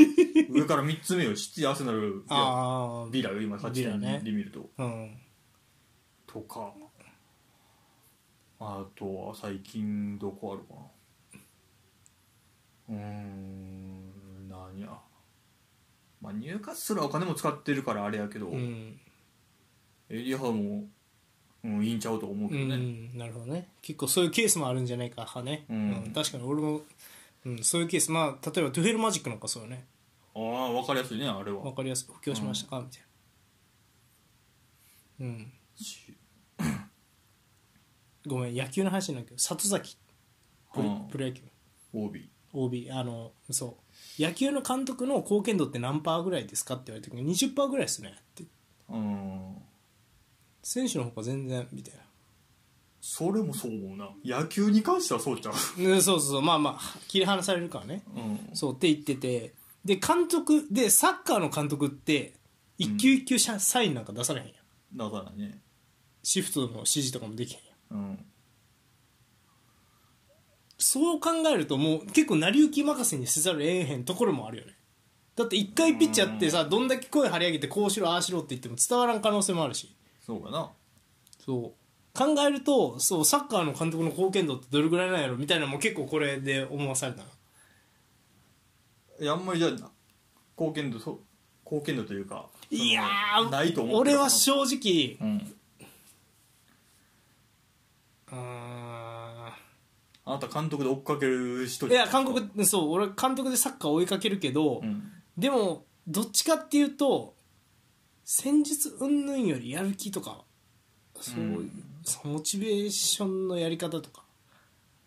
[SPEAKER 2] 上から3つ目よシティアーセナル
[SPEAKER 1] ああ
[SPEAKER 2] ビラよ今勝ち
[SPEAKER 1] ビラね
[SPEAKER 2] 点で見ると、
[SPEAKER 1] うん
[SPEAKER 2] とかあとは最近どこあるかなうーん何やまあ入荷すらお金も使ってるからあれやけど、
[SPEAKER 1] うん、
[SPEAKER 2] エリアハも、うん、いいんちゃうと思う
[SPEAKER 1] う
[SPEAKER 2] けどね、
[SPEAKER 1] ん、なるほどね結構そういうケースもあるんじゃないか派ね、
[SPEAKER 2] うん
[SPEAKER 1] 確かに俺も、うん、そういうケースまあ例えばトゥフェルマジックなんかそうよね
[SPEAKER 2] ああ分かりやすいねあれ
[SPEAKER 1] わ
[SPEAKER 2] は
[SPEAKER 1] かりやすく補強しましたか、みたいなうん
[SPEAKER 2] し
[SPEAKER 1] ごめん野球の話なんだけど里崎プロ
[SPEAKER 2] うん
[SPEAKER 1] プロ野球
[SPEAKER 2] OB
[SPEAKER 1] OB あのそう野球の監督の貢献度って何パーぐらいですかって言われた時に20%ぐらいですねって
[SPEAKER 2] うん
[SPEAKER 1] 選手の方が全然みたいな
[SPEAKER 2] それもそう思うな野球に関してはそうちゃう
[SPEAKER 1] うんそうそうそうまあまあ切り離されるからね
[SPEAKER 2] うん
[SPEAKER 1] そうって言っててで監督でサッカーの監督って一球一球シャ、サインなんか出されへんやん
[SPEAKER 2] だからね
[SPEAKER 1] シフトの指示とかもできへんやん
[SPEAKER 2] うん
[SPEAKER 1] そう考えるともう結構成り行き任せにせざるを得へんところもあるよねだって一回ピッチャーってさどんだけ声張り上げてこうしろああしろって言っても伝わらん可能性もあるし
[SPEAKER 2] そうかな
[SPEAKER 1] そう考えるとそうサッカーの監督の貢献度ってどれぐらいなんやろみたいなのも結構これで思わされたない
[SPEAKER 2] やあんまりじゃあ貢献度そう貢献度というか
[SPEAKER 1] いや
[SPEAKER 2] その
[SPEAKER 1] ー
[SPEAKER 2] ないと思う
[SPEAKER 1] 俺は正直
[SPEAKER 2] うん
[SPEAKER 1] あ
[SPEAKER 2] あなた監督で追っかける人
[SPEAKER 1] ーいや韓国そう俺監督でサッカー追いかけるけど、
[SPEAKER 2] うん
[SPEAKER 1] でもどっちかっていうと戦術云々よりやる気とかそういう、
[SPEAKER 2] うん
[SPEAKER 1] そうモチベーションのやり方とか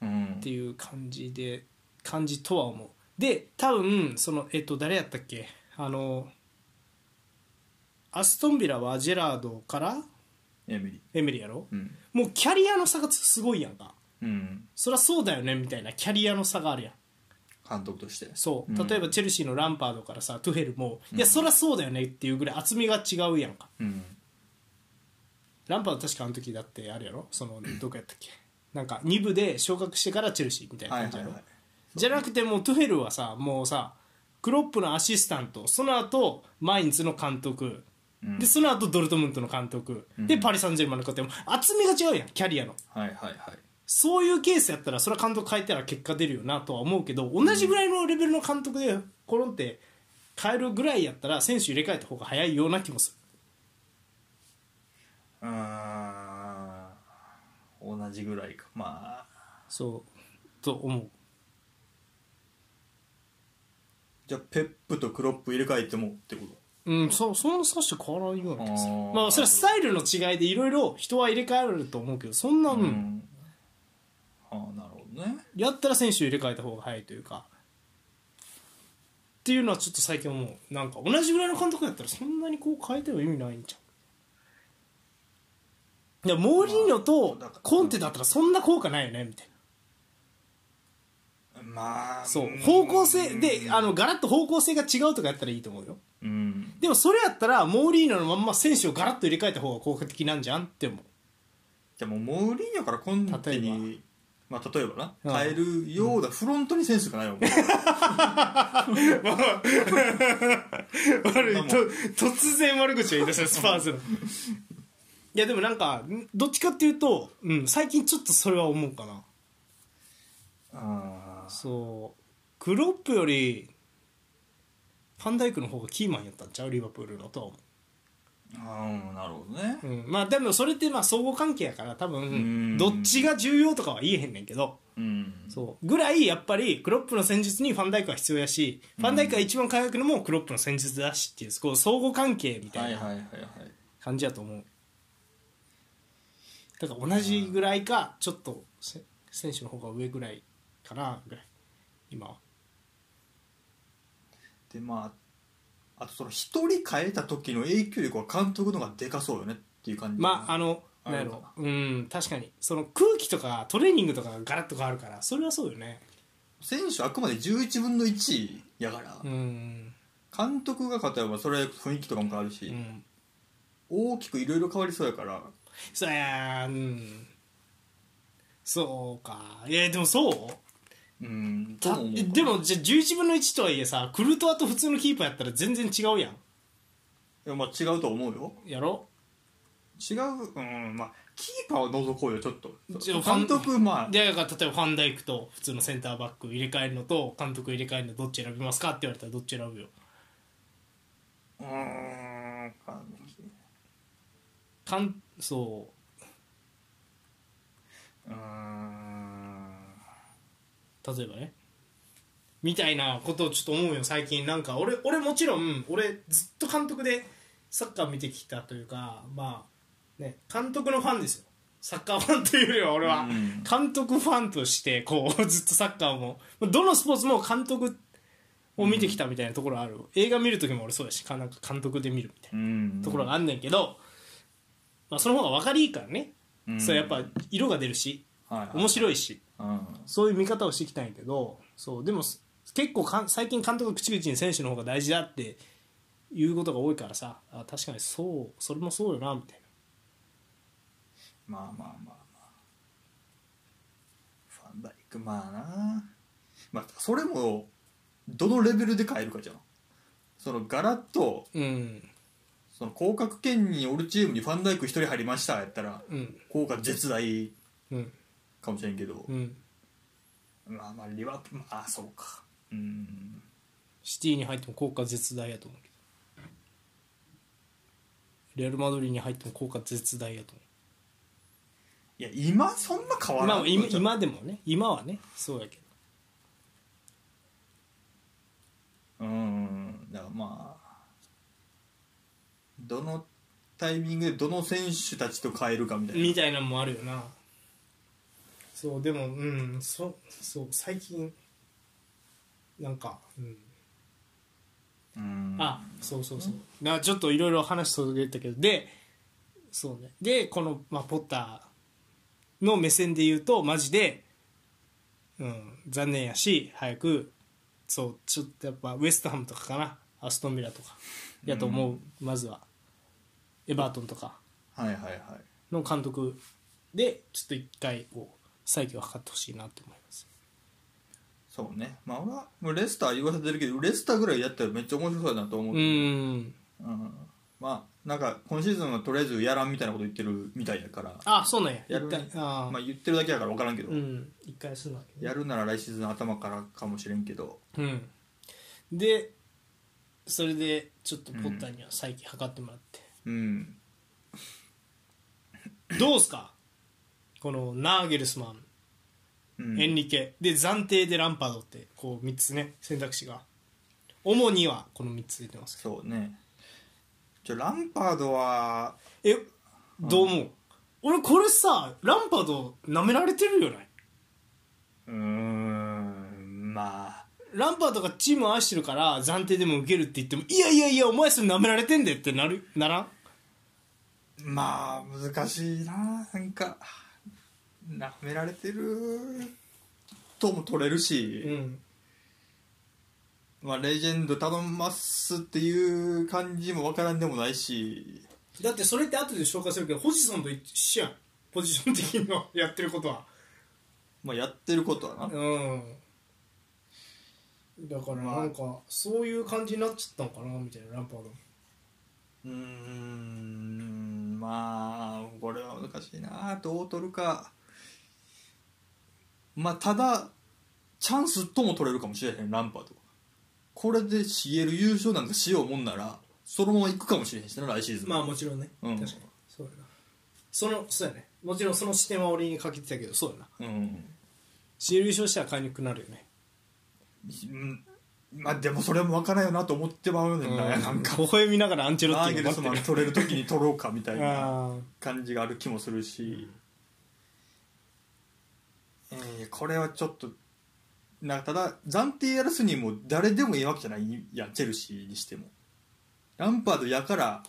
[SPEAKER 2] うん
[SPEAKER 1] っていう感じで感じとは思うで多分そのえっと誰やったっけあのアストンビラはジェラードから
[SPEAKER 2] エミリ
[SPEAKER 1] エメリやろ
[SPEAKER 2] うん
[SPEAKER 1] もうキャリアの差がすごいやんか
[SPEAKER 2] うん
[SPEAKER 1] そりゃそうだよねみたいなキャリアの差があるやん
[SPEAKER 2] 監督として
[SPEAKER 1] そう
[SPEAKER 2] うん
[SPEAKER 1] 例えばチェルシーのランパードからさトゥヘルも、いやそりゃそうだよねっていうぐらい厚みが違うやんか
[SPEAKER 2] うん
[SPEAKER 1] ランパード確かあの時だってあれやろそのどこやったっけなんか2部で昇格してからチェルシーみたいな
[SPEAKER 2] はい
[SPEAKER 1] 感じや
[SPEAKER 2] はい
[SPEAKER 1] ろ、
[SPEAKER 2] はい
[SPEAKER 1] じゃなくてもうトゥヘルはさもうさクロップのアシスタントその後マインツの監督
[SPEAKER 2] うん
[SPEAKER 1] でその後ドルトムントの監督、でパリ・サンジェルマンの監督厚みが違うやんキャリアの
[SPEAKER 2] はいはいはい
[SPEAKER 1] そういうケースやったらそれは監督変えたら結果出るよなとは思うけど同じぐらいのレベルの監督でコロンって変えるぐらいやったら選手入れ替えた方が早いような気もす
[SPEAKER 2] うーん同じぐらいかまあ
[SPEAKER 1] るそうと思う
[SPEAKER 2] じゃあペップとクロップ入れ替えてもってこと
[SPEAKER 1] うん、そそんな差し変わらんような気がする
[SPEAKER 2] あー
[SPEAKER 1] まあそれはスタイルの違いでいろいろ人は入れ替えると思うけどそんな、うん
[SPEAKER 2] うんああなるほどね
[SPEAKER 1] やったら選手入れ替えた方が早いというかっていうのはちょっと最近思うなんか同じぐらいの監督やったらそんなにこう変えても意味ないんちゃういやモーリーニョと
[SPEAKER 2] まあだから
[SPEAKER 1] コンテだったらそんな効果ないよねみたいな
[SPEAKER 2] まあ
[SPEAKER 1] そう
[SPEAKER 2] うん
[SPEAKER 1] 方向性であのガラッと方向性が違うとかやったらいいと思うよ
[SPEAKER 2] うん
[SPEAKER 1] でもそれやったらモーリーニョのまんま選手をガラッと入れ替えた方が効果的なんじゃんって思う
[SPEAKER 2] じゃあもうモーリーニョからコンテにまあ例えば
[SPEAKER 1] うん
[SPEAKER 2] な変えるようなフロントにセンスがないわ
[SPEAKER 1] *laughs*
[SPEAKER 2] もう
[SPEAKER 1] 悪い
[SPEAKER 2] まあまあ
[SPEAKER 1] と突然悪口を言い出したスパーズのいやでもなんかんどっちかっていうと、うん、最近ちょっとそれは思うかな
[SPEAKER 2] あー
[SPEAKER 1] そうクロップよりファンダイクの方がキーマンやったんちゃうリバプールのとは思
[SPEAKER 2] あーなるほどね
[SPEAKER 1] う、うん、まあでもそれってまあ相互関係やから多分
[SPEAKER 2] ん
[SPEAKER 1] どっちが重要とかは言えへんねんけど
[SPEAKER 2] うん
[SPEAKER 1] そうぐらいやっぱりクロップの戦術にファンダイクは必要やしファンダイクが一番輝くのもクロップの戦術だしっていうこう相互関係みた
[SPEAKER 2] はいい
[SPEAKER 1] な
[SPEAKER 2] はいはいはい
[SPEAKER 1] 感じやと思うだから同じぐらいかちょっとせ選手の方が上ぐらいかなぐらい今は
[SPEAKER 2] でまああとその一人変えた時の影響力は監督の方がでかそうよねっていう感じ
[SPEAKER 1] まああの
[SPEAKER 2] あ
[SPEAKER 1] なんや
[SPEAKER 2] ある
[SPEAKER 1] ろ
[SPEAKER 2] か
[SPEAKER 1] うん確かにその空気とかトレーニングとかがガラッと変わるからそれはそうよね
[SPEAKER 2] 選手あくまで11分の1やから、
[SPEAKER 1] うん、
[SPEAKER 2] 監督が例えばそれ雰囲気とかも変わるし、
[SPEAKER 1] うん、
[SPEAKER 2] 大きくいろいろ変わりそうやから
[SPEAKER 1] そやうんそうかいやでもそう
[SPEAKER 2] うん
[SPEAKER 1] た
[SPEAKER 2] と思う
[SPEAKER 1] えでもじゃあ11分の1とはいえさクルトワと普通のキーパーやったら全然違うやん
[SPEAKER 2] いやまあ違うと思うよ
[SPEAKER 1] やろ
[SPEAKER 2] 違ううんまあキーパーを除こうよちょっと
[SPEAKER 1] じゃあ
[SPEAKER 2] 監督まあ
[SPEAKER 1] でだから例えばファンダイクと普通のセンターバック入れ替えるのと監督入れ替えるのどっち選びますかって言われたらどっち選ぶよ
[SPEAKER 2] うーんか
[SPEAKER 1] かんそう
[SPEAKER 2] ーん
[SPEAKER 1] 例えばねみたいなことをちょっと思うよ最近なんか俺俺もちろん俺ずっと監督でサッカー見てきたというかまあね監督のファンですよサッカーファンというよりは俺は
[SPEAKER 2] うん
[SPEAKER 1] 監督ファンとしてこうずっとサッカーもどのスポーツも監督を見てきたみたいなところある、映画見る時も俺そうやしかなんか監督で見るみたい
[SPEAKER 2] うん
[SPEAKER 1] なところがあんねんけど、まあ、その方が分かりいいからね、
[SPEAKER 2] うん
[SPEAKER 1] そうやっぱ色が出るし
[SPEAKER 2] はいはい
[SPEAKER 1] 面白いし
[SPEAKER 2] うん
[SPEAKER 1] そういう見方をしてきたんやけどそうでもす結構かん最近監督が口々に選手の方が大事だっていうことが多いからさあ確かにそうそれもそうよなみたい
[SPEAKER 2] まあまあまあまあファンダイクまあなまあそれもどのレベルで変えるかじゃんそのガラッと
[SPEAKER 1] なうん
[SPEAKER 2] その降格圏におるチームにファンダイク一人入りましたやったら
[SPEAKER 1] うん
[SPEAKER 2] 効果絶大
[SPEAKER 1] うん
[SPEAKER 2] かもしれんけど、
[SPEAKER 1] うん
[SPEAKER 2] まあまあリバプまあそうかうん
[SPEAKER 1] シティに入っても効果絶大やと思うけどレアル・マドリーに入っても効果絶大やと思
[SPEAKER 2] いや今そんな変わ
[SPEAKER 1] う
[SPEAKER 2] ら
[SPEAKER 1] ま
[SPEAKER 2] ん
[SPEAKER 1] あ今今でもね今はねそうやけど
[SPEAKER 2] うんだからまあどのタイミングでどの選手たちと変えるかみたいな
[SPEAKER 1] みたいなのもあるよなそうでもうんそそう最近なんかうん
[SPEAKER 2] うん
[SPEAKER 1] あそうそうそうなちょっといろいろ話それてたけどでそうねでこの、まあ、ポッターの目線で言うとマジで、うん、残念やし早くそうちょっとやっぱウエストハムとかかなアストンビラとかやと思う、まずはエバートンとか
[SPEAKER 2] はいはいはい
[SPEAKER 1] の監督でちょっと一回こう再起を図ってほしいなと思います
[SPEAKER 2] そうねまあ俺はもうレスター言わせてるけどレスターぐらいやったらめっちゃ面白そうだなと思っ
[SPEAKER 1] う
[SPEAKER 2] て、
[SPEAKER 1] ん
[SPEAKER 2] うんまあなんか今シーズンはとりあえずやらんみたいなこと言ってるみたいだから
[SPEAKER 1] あそうなんや
[SPEAKER 2] や
[SPEAKER 1] 一
[SPEAKER 2] る
[SPEAKER 1] 回あー、
[SPEAKER 2] まあ言ってるだけだから分からんけど、
[SPEAKER 1] うん一回するわけね
[SPEAKER 2] やるなら来シーズン頭からかもしれんけど
[SPEAKER 1] うんでそれでちょっとポッターには最近測ってもらって、
[SPEAKER 2] うん
[SPEAKER 1] どうすかこのナーゲルスマン、
[SPEAKER 2] うん
[SPEAKER 1] エンリケで暫定でランパードってこう3つね選択肢が主にはこの3つ出てますけ
[SPEAKER 2] そうねじゃランパードは
[SPEAKER 1] どえどう思う、俺これさランパード舐められてるよね
[SPEAKER 2] うーんまあ
[SPEAKER 1] ランパードがチームを愛してるから暫定でも受けるって言ってもいやいやいやお前それ舐められてんでってなるならん
[SPEAKER 2] まあ難しいななんかなめられてるとも取れるし、
[SPEAKER 1] うん
[SPEAKER 2] まあ、レジェンド頼ますっていう感じもわからんでもないし
[SPEAKER 1] だってそれって後で紹介するけどホジソンと一緒やんポジション的にのやってることは
[SPEAKER 2] まあ、やってることはな、
[SPEAKER 1] うんだからなんか、そういう感じになっちゃったのかなみたいなランパード
[SPEAKER 2] うーんまあこれは難しいなどう取るかまあただチャンスとも取れるかもしれへんランパーとこれで CL 優勝なんかしようもんならそのまま行くかもしれへんしな来シーズン
[SPEAKER 1] まあもちろんね、
[SPEAKER 2] うん
[SPEAKER 1] 確かにそうやなそのそうやねもちろんその視点は俺にかけてたけどそうやな
[SPEAKER 2] うん、
[SPEAKER 1] シール優勝したら買いにくくなるよね
[SPEAKER 2] うんまあでもそれも分からんよなと思ってまうねんな,、なんか
[SPEAKER 1] 微笑みながらアンチェロッ
[SPEAKER 2] アー
[SPEAKER 1] テ
[SPEAKER 2] ゲ
[SPEAKER 1] ィが
[SPEAKER 2] ルス
[SPEAKER 1] 待
[SPEAKER 2] マ
[SPEAKER 1] って
[SPEAKER 2] ン取れる時に取ろうかみたい
[SPEAKER 1] る
[SPEAKER 2] な
[SPEAKER 1] あー
[SPEAKER 2] 感じがある気もするし、えーこれはちょっとなんかただ暫定やらすにも誰でもいいわけじゃないやんチェルシーにしてもランパードやから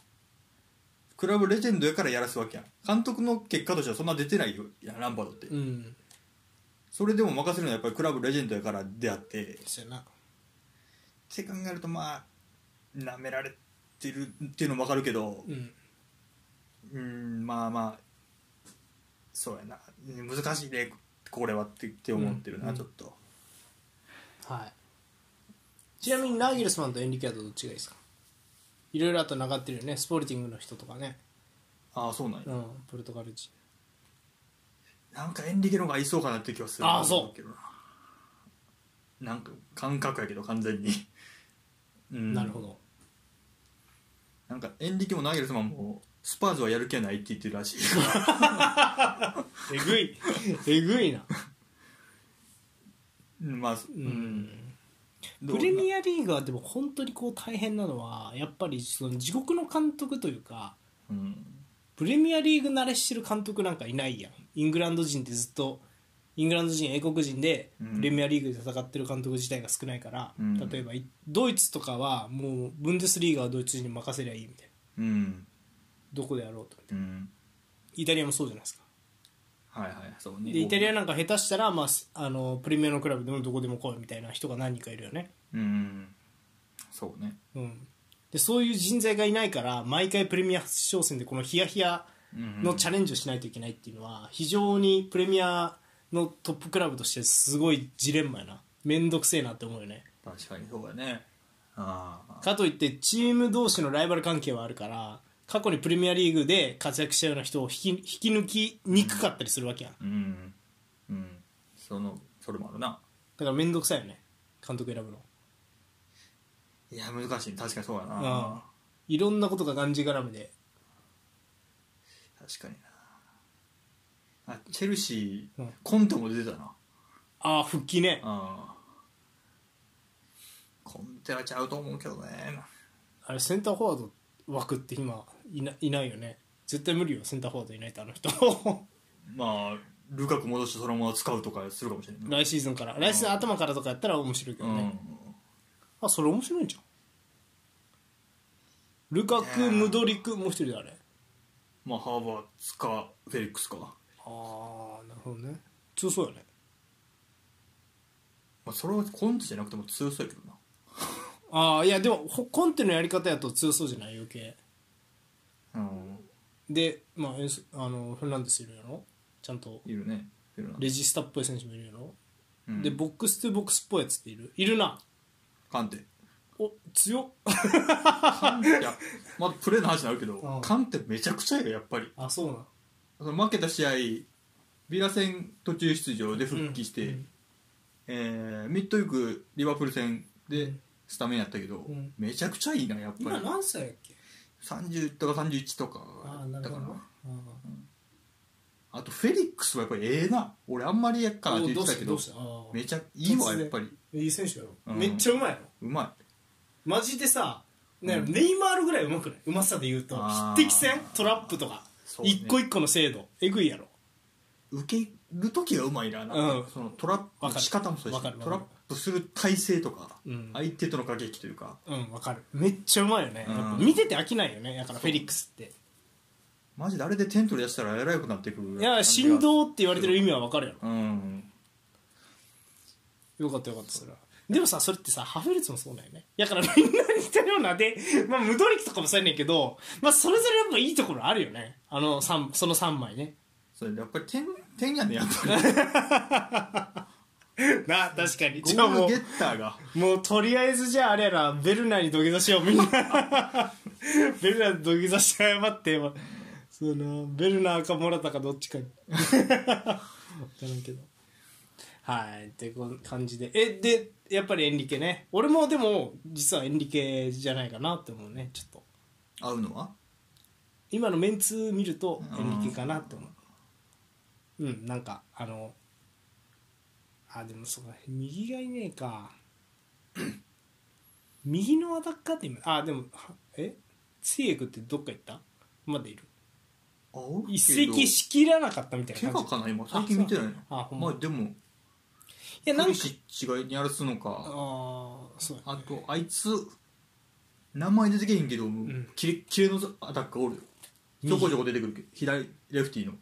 [SPEAKER 2] クラブレジェンドやからやらすわけやん監督の結果としてはそんな出てないよやんランパードって、
[SPEAKER 1] うん
[SPEAKER 2] それでも任せるのはやっぱりクラブレジェンドやからであって
[SPEAKER 1] そうやな
[SPEAKER 2] って考えるとまあなめられてるっていうのも分かるけど
[SPEAKER 1] うん
[SPEAKER 2] うんまあまあそうやな難しいねこれはってって思ってるな、
[SPEAKER 1] うん
[SPEAKER 2] ちょっと
[SPEAKER 1] はいちなみにナーギルスマンとエンリケアとどっちがいいですかいろいろあと流ってるよねスポルティングの人とかね
[SPEAKER 2] ああそうなんや、
[SPEAKER 1] うんポルトガル人
[SPEAKER 2] なんかエンリケの方が合いそうかなって気はする
[SPEAKER 1] ああそう
[SPEAKER 2] けどななんか感覚やけど完
[SPEAKER 1] *laughs*
[SPEAKER 2] 全に、うん、
[SPEAKER 1] なるほど
[SPEAKER 2] なんかエンリケもナゲルスマンもスパーズはやる気はないって言ってる
[SPEAKER 1] *laughs*
[SPEAKER 2] らしいから
[SPEAKER 1] えぐい *laughs* えぐいな
[SPEAKER 2] うんまあうん、どう
[SPEAKER 1] プレミアリーグはでも本当にこう大変なのはやっぱりその地獄の監督というか
[SPEAKER 2] うん
[SPEAKER 1] プレミアリーグ慣れしてる監督なんかいないやんイングランド人ってずっとイングランド人英国人で
[SPEAKER 2] うん
[SPEAKER 1] プレミアリーグで戦ってる監督自体が少ないから、
[SPEAKER 2] うん
[SPEAKER 1] 例えばいドイツとかはもうブンデスリーガはドイツ人に任せりゃいいみたいな
[SPEAKER 2] うん
[SPEAKER 1] どこでやろうとみたいな
[SPEAKER 2] うん
[SPEAKER 1] イタリアもそうじゃないですか
[SPEAKER 2] はいはいそうね
[SPEAKER 1] でイタリアなんか下手したら、まあす、あのプレミアのクラブでもどこでも来いみたいな人が何人かいるよね
[SPEAKER 2] うんそうね
[SPEAKER 1] うん、でそういう人材がいないから毎回プレミア商戦でこのヒヤヒヤのチャレンジをしないといけないっていうのは非常にプレミアのトップクラブとしてすごいジレンマやな面倒くせえなって思うよね
[SPEAKER 2] 確かにそうだねああ
[SPEAKER 1] かといってチーム同士のライバル関係はあるから過去にプレミアリーグで活躍したような人を引き引き抜きにくかったりするわけやんだ
[SPEAKER 2] うんうんそのそれもあるな
[SPEAKER 1] から面倒くさいよね監督選ぶの
[SPEAKER 2] いや難しい確かにそうだ
[SPEAKER 1] うん
[SPEAKER 2] ない
[SPEAKER 1] ろんなことががんじがらめで
[SPEAKER 2] 確かになあチェルシー、
[SPEAKER 1] うん
[SPEAKER 2] コンテも出てたな
[SPEAKER 1] ああ復帰ね
[SPEAKER 2] あコンテはちゃうと思うけどね
[SPEAKER 1] あれセンターフォワード枠って今いないないよね絶対無理よセンターフォワードいないってあ *laughs* の人
[SPEAKER 2] まあルカク戻してそのまま使うとかするかもしれない、
[SPEAKER 1] 来シーズンから来シーズン頭からとかやったら面白いけどね、あそれ面白いんじゃんルカク、
[SPEAKER 2] ねえ
[SPEAKER 1] ムドリクもう一人誰
[SPEAKER 2] まあハーバーツかフェリックスか、ま
[SPEAKER 1] ああなるほどね強そうよね
[SPEAKER 2] あ、それはコンテじゃなくても強そうやけどな
[SPEAKER 1] ああいやでもほコンテのやり方やと強そうじゃない余計
[SPEAKER 2] うん
[SPEAKER 1] でまあエンスあのフェルナンデスいるやろちゃんと
[SPEAKER 2] いるねいるな
[SPEAKER 1] レジスタっぽい選手もいるやろ
[SPEAKER 2] ううん
[SPEAKER 1] でボックス2ボックスっぽいやつっているいるな
[SPEAKER 2] カンテ
[SPEAKER 1] お強っ
[SPEAKER 2] カンテいやまだプレーの話になるけど、
[SPEAKER 1] うん
[SPEAKER 2] カンテめちゃくちゃやよやっぱり
[SPEAKER 1] あそうなの
[SPEAKER 2] その負けた試合ビラ戦途中出場で復帰して、
[SPEAKER 1] うんうん
[SPEAKER 2] えーミッドウィークリバプール戦でスタメンやったけど、
[SPEAKER 1] ん
[SPEAKER 2] めちゃくちゃいいなやっぱ
[SPEAKER 1] 今
[SPEAKER 2] り
[SPEAKER 1] 何歳やっけ
[SPEAKER 2] 30とか31とか
[SPEAKER 1] ああ
[SPEAKER 2] だ
[SPEAKER 1] な
[SPEAKER 2] った
[SPEAKER 1] る
[SPEAKER 2] か
[SPEAKER 1] ほど
[SPEAKER 2] な
[SPEAKER 1] なあ
[SPEAKER 2] あとフェリックスはやっぱりええな俺あんまりやっかな
[SPEAKER 1] あ
[SPEAKER 2] っ
[SPEAKER 1] ど
[SPEAKER 2] て
[SPEAKER 1] う
[SPEAKER 2] 言って
[SPEAKER 1] したた
[SPEAKER 2] け
[SPEAKER 1] ど
[SPEAKER 2] ど
[SPEAKER 1] うしたああ
[SPEAKER 2] めちゃいいわ
[SPEAKER 1] 突然
[SPEAKER 2] やっぱり
[SPEAKER 1] いい選手やろ、
[SPEAKER 2] うん
[SPEAKER 1] めっちゃうまいやろ
[SPEAKER 2] うまい
[SPEAKER 1] マジでさ、ね
[SPEAKER 2] うん
[SPEAKER 1] ネイマールぐらいうまくないうまさで言うと
[SPEAKER 2] あー
[SPEAKER 1] 筆跡戦トラップとか、
[SPEAKER 2] そうね
[SPEAKER 1] 一個一個の精度えぐいやろ
[SPEAKER 2] 受ける時がうまいななんか、
[SPEAKER 1] うん
[SPEAKER 2] そのトラップ
[SPEAKER 1] わ
[SPEAKER 2] の
[SPEAKER 1] かる
[SPEAKER 2] 仕方もそうだ
[SPEAKER 1] わか
[SPEAKER 2] し
[SPEAKER 1] るわ
[SPEAKER 2] ト
[SPEAKER 1] か
[SPEAKER 2] ラ
[SPEAKER 1] る
[SPEAKER 2] ップする体勢とか、
[SPEAKER 1] うん
[SPEAKER 2] 相手との駆け引きというか
[SPEAKER 1] うんわかるめっちゃうまいよね、
[SPEAKER 2] うん
[SPEAKER 1] やっぱ見てて飽きないよねだからフェリックスって
[SPEAKER 2] マジであれで点取り出したらえらいくなってくる
[SPEAKER 1] いや振動って言われてる意味はわかるやろ
[SPEAKER 2] うん
[SPEAKER 1] よかったよかったそれはでもさそれってさハフェルツもそうだよねだからみんな似たようなで、まあ、無動力とかもそうやねんけど、まあ、それぞれやっぱいいところあるよねあの三その3枚ね
[SPEAKER 2] それやっぱり点点やねやっぱり
[SPEAKER 1] *laughs* な確かに *laughs*
[SPEAKER 2] ゴ
[SPEAKER 1] じゃあ
[SPEAKER 2] ー
[SPEAKER 1] も
[SPEAKER 2] ル
[SPEAKER 1] う
[SPEAKER 2] ゲッターが
[SPEAKER 1] もうとりあえずじゃああれやらベルナーに土下座しようみんなベルナーに土下座して謝ってまあそのベルナーかモラタかどっちかに分からんけどはいってこん感じでえでやっぱりエンリケね俺もでも実はエンリケじゃないかなって思うねちょっと
[SPEAKER 2] 合うのは
[SPEAKER 1] 今のメンツ見ると
[SPEAKER 2] うん
[SPEAKER 1] エンリケかなって思ううんなんかあのあでもそうか右がいねえか *clears throat* 右のアタッカーって今あでもはえツイエクってどっか行ったまでいる
[SPEAKER 2] 合う
[SPEAKER 1] 一席しきらなかったみたい
[SPEAKER 2] 怪
[SPEAKER 1] な感
[SPEAKER 2] 我
[SPEAKER 1] じ
[SPEAKER 2] かな今最近見てないの
[SPEAKER 1] あほん
[SPEAKER 2] ま
[SPEAKER 1] ま
[SPEAKER 2] あでも
[SPEAKER 1] いや
[SPEAKER 2] な
[SPEAKER 1] なんん
[SPEAKER 2] か
[SPEAKER 1] か
[SPEAKER 2] 違いにやらすのか
[SPEAKER 1] ああそう
[SPEAKER 2] あとあいつ名前出てけへんけど、
[SPEAKER 1] ん
[SPEAKER 2] キレキレのアタッカーおるよちょこちょこ出てくるけど左レフティーの、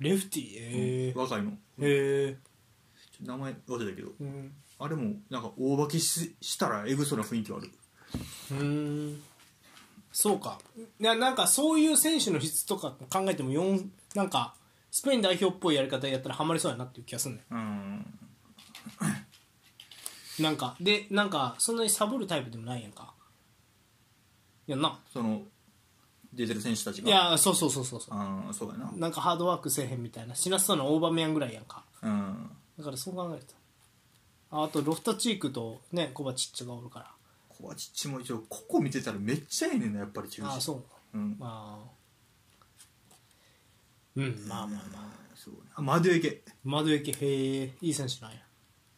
[SPEAKER 1] レフティえ
[SPEAKER 2] 若いの
[SPEAKER 1] えへえ
[SPEAKER 2] ちょっと名前忘れたけど
[SPEAKER 1] うん
[SPEAKER 2] あれもなんか大化けししたらエグそうな雰囲気はある
[SPEAKER 1] うーんそうかななんかそういう選手の質とか考えても4なんかスペイン代表っぽいやり方やったらハマりそうやなっていう気がするね
[SPEAKER 2] うん
[SPEAKER 1] なんかでなんかそんなにサボるタイプでもないやんかいやな
[SPEAKER 2] その出てる選手たちが
[SPEAKER 1] いやそうそうそうそうそ
[SPEAKER 2] あーそうやな
[SPEAKER 1] うなんかハードワークせえへんみたいなしなそうなオーバーメアンぐらいやんか
[SPEAKER 2] うん
[SPEAKER 1] だからそう考えるとああとロフタチークとねコバチッチがおるから
[SPEAKER 2] コバチッチも一応ここ見てたらめっちゃええねんなやっぱり中
[SPEAKER 1] ああ
[SPEAKER 2] 心
[SPEAKER 1] そう
[SPEAKER 2] うん
[SPEAKER 1] まあうんまあまあまあ
[SPEAKER 2] そうねあマデュエケ
[SPEAKER 1] 窓駅へえいい選手なんや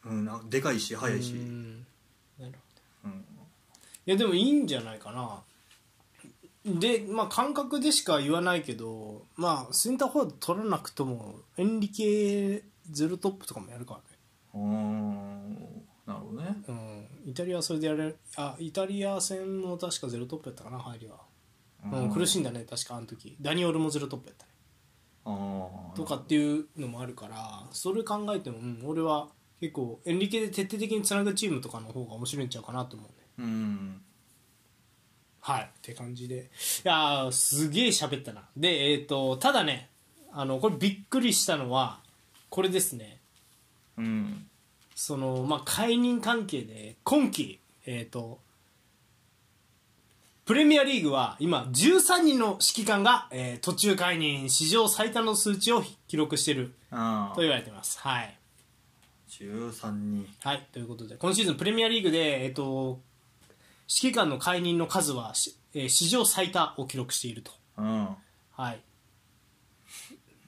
[SPEAKER 2] うんなんかでかいし速いし
[SPEAKER 1] うんなるほど
[SPEAKER 2] うん
[SPEAKER 1] いやでもいいんじゃないかなでまあ感覚でしか言わないけどまあセンターフォワード取らなくともエンリケゼロトップとかもやるからね
[SPEAKER 2] あーなるほどね
[SPEAKER 1] うんイタリアはそれでやれるあイタリア戦も確かゼロトップやったかな入りは、うん苦し
[SPEAKER 2] い
[SPEAKER 1] んだね確かあの時ダニオルもゼロトップやったね
[SPEAKER 2] あー
[SPEAKER 1] とかっていうのもあるからそれ考えても、うん、俺は結構エンリケで徹底的につなぐチームとかの方が面白いんちゃうかなと思うね
[SPEAKER 2] うん
[SPEAKER 1] はいって感じでいやーすげえ喋ったなでえっ、とただねあのこれびっくりしたのはこれですね
[SPEAKER 2] うん
[SPEAKER 1] そのまあ解任関係で今季えっ、とプレミアリーグは今13人の指揮官が、えー途中解任史上最多の数値を記録している
[SPEAKER 2] あ
[SPEAKER 1] と言
[SPEAKER 2] あ
[SPEAKER 1] われてますはい
[SPEAKER 2] 13人
[SPEAKER 1] はい、ということで、今シーズンプレミアリーグで、えっと、指揮官の解任の数はし、えー史上最多を記録していると。
[SPEAKER 2] うん
[SPEAKER 1] はい。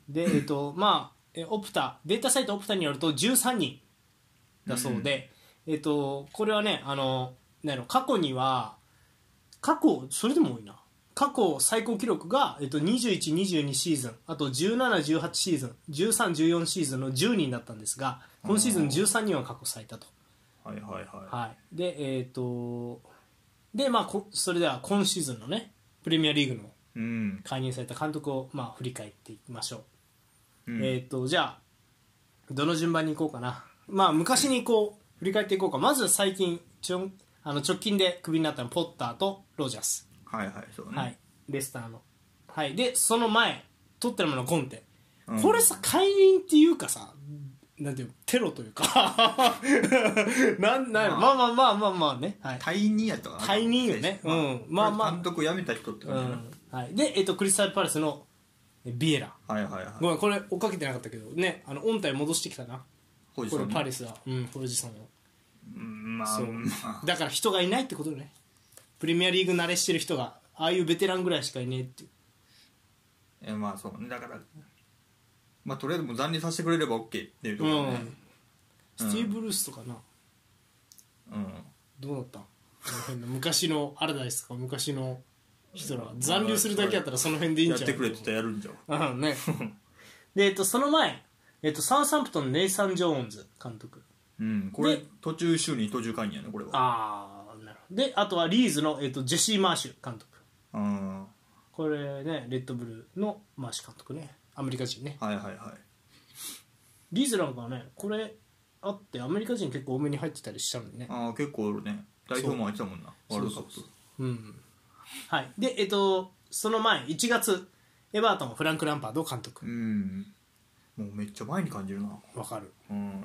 [SPEAKER 1] で、えっと、まあ、えーオプタ、データサイトオプタによると13人だそうで、えっと、これはね、あの、なんやろ、過去には、過去、それでも多いな。過去最高記録が、えっと、21、22シーズン、あと17、18シーズン、13、14シーズンの10人だったんですが、今シーズン13人は過去最多と。
[SPEAKER 2] はいはいは
[SPEAKER 1] はい、でえっ、とでまあこそれでは今シーズンのねプレミアリーグの
[SPEAKER 2] いうん
[SPEAKER 1] 解任された監督を、まあ、振り返っていきましょ
[SPEAKER 2] う
[SPEAKER 1] う、
[SPEAKER 2] ん
[SPEAKER 1] えっ、とじゃあどの順番に行こうかなまあ昔にこう振り返っていこうかまず最近ちょんあの直近でクビになったのポッターとロジャース、
[SPEAKER 2] はいはいそうね
[SPEAKER 1] はい、レスターの、はい、でその前トッテナムのコンテ、
[SPEAKER 2] うん
[SPEAKER 1] これさ解任っていうかさなんていうのテロというか *laughs* なんなんやろまあ
[SPEAKER 2] ま
[SPEAKER 1] まあまあまあまあね、はい、
[SPEAKER 2] 退任やったかな
[SPEAKER 1] 退任よねうんまあまあ
[SPEAKER 2] 監督辞めた人って
[SPEAKER 1] う
[SPEAKER 2] 感じや
[SPEAKER 1] んはい、で、えっと、クリスタル・パレスのえビエラ
[SPEAKER 2] なはいはいはい
[SPEAKER 1] ごめんこれ追っかけてなかったけどねあの音体戻してきたな
[SPEAKER 2] ポジシ
[SPEAKER 1] こ
[SPEAKER 2] ョ
[SPEAKER 1] れ
[SPEAKER 2] ン
[SPEAKER 1] パレ
[SPEAKER 2] ス
[SPEAKER 1] スはうんポジションを
[SPEAKER 2] まあ
[SPEAKER 1] そう
[SPEAKER 2] まあ
[SPEAKER 1] だから人がいないってことよねプレミアリーグ慣れしてる人がああいうベテランぐらいしかいねえっていう
[SPEAKER 2] えまあそうねだからまあとりあえずもう残留させてくれれば OK っていうところね
[SPEAKER 1] うん、スティーブ・ルースとかな
[SPEAKER 2] うん
[SPEAKER 1] どうだったその辺の昔のアラダイスとか昔の人らは残留するだけやったらその辺でいいん
[SPEAKER 2] やっ
[SPEAKER 1] じゃ
[SPEAKER 2] て
[SPEAKER 1] ない
[SPEAKER 2] くれって言ったらやるんじゃん
[SPEAKER 1] あのねで、えっと、その前、えっと、サウサンプトンのネイサン・ジョーンズ監督
[SPEAKER 2] うんこれ
[SPEAKER 1] で
[SPEAKER 2] 途中就任途中加入やねこれは
[SPEAKER 1] ああなるほどであとはリーズの、えっと、ジェシー・マーシュ監督
[SPEAKER 2] うんは
[SPEAKER 1] これねレッドブルーのマーシュ監督ねアメリカ人ね
[SPEAKER 2] いはいはい
[SPEAKER 1] リーズなんかはねこれあってアメリカ人結構多めに入ってたりしたのにね
[SPEAKER 2] ああ結構おるね代表も入ってたもんなワールドカップ
[SPEAKER 1] うんはいでえっとその前1月エバートンフランク・ランパード監督
[SPEAKER 2] うんもうめっちゃ前に感じるな
[SPEAKER 1] わかる
[SPEAKER 2] うん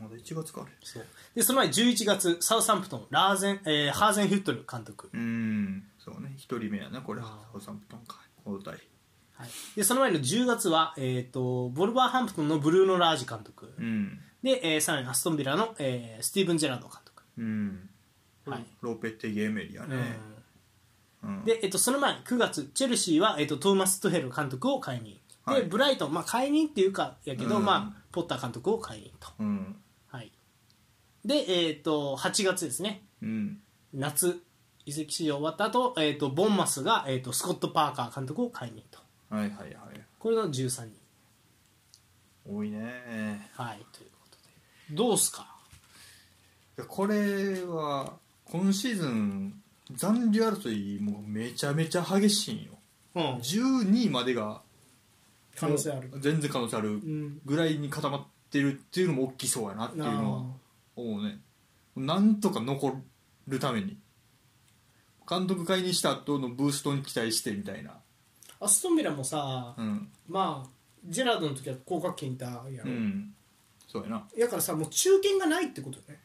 [SPEAKER 2] まだ1月かあれ
[SPEAKER 1] そうでその前11月サウサンプトンラーゼン、えーハーゼンヒュットル監督、
[SPEAKER 2] うんそうね一人目やねこれ
[SPEAKER 1] あー
[SPEAKER 2] サウサンプトンか交代
[SPEAKER 1] はい、でその前の10月は、えー、とボルバーハンプトンのブルーノ・ラージ監督、
[SPEAKER 2] うん
[SPEAKER 1] で、えーさらにアストンビラの、えースティーブン・ジェラード監督、
[SPEAKER 2] うん
[SPEAKER 1] はい
[SPEAKER 2] ロペテゲエメリやねうん
[SPEAKER 1] で、えっと、その前9月チェルシーは、えっと、トーマス・トゥヘル監督を解任で、
[SPEAKER 2] はい
[SPEAKER 1] ブライトン、まあ、解任っていうかやけど、
[SPEAKER 2] うん
[SPEAKER 1] まあ、ポッター監督を解任と、
[SPEAKER 2] うん
[SPEAKER 1] はい、で、えっと8月ですね
[SPEAKER 2] うん
[SPEAKER 1] 夏移籍市場終わった後、えっとボンマスが、えっとスコット・パーカー監督を解任と
[SPEAKER 2] はいはいはい
[SPEAKER 1] これの13人
[SPEAKER 2] 多いね
[SPEAKER 1] はいということでどうすか
[SPEAKER 2] いやこれは今シーズン残留争いもうめちゃめちゃ激しいんよ
[SPEAKER 1] うん
[SPEAKER 2] 12位までが
[SPEAKER 1] 可能性ある
[SPEAKER 2] もう全然可能性ある
[SPEAKER 1] うん
[SPEAKER 2] ぐらいに固まってるっていうのも大きそうやなっていうのは
[SPEAKER 1] あ
[SPEAKER 2] 思うねなんとか残るために監督会にした後のブーストに期待してみたいな
[SPEAKER 1] ーアストンビラもさ
[SPEAKER 2] うん
[SPEAKER 1] まあジェラードの時は広角圏いたや
[SPEAKER 2] う
[SPEAKER 1] ろ、
[SPEAKER 2] んそうやな
[SPEAKER 1] やからさもう中堅がないってことよね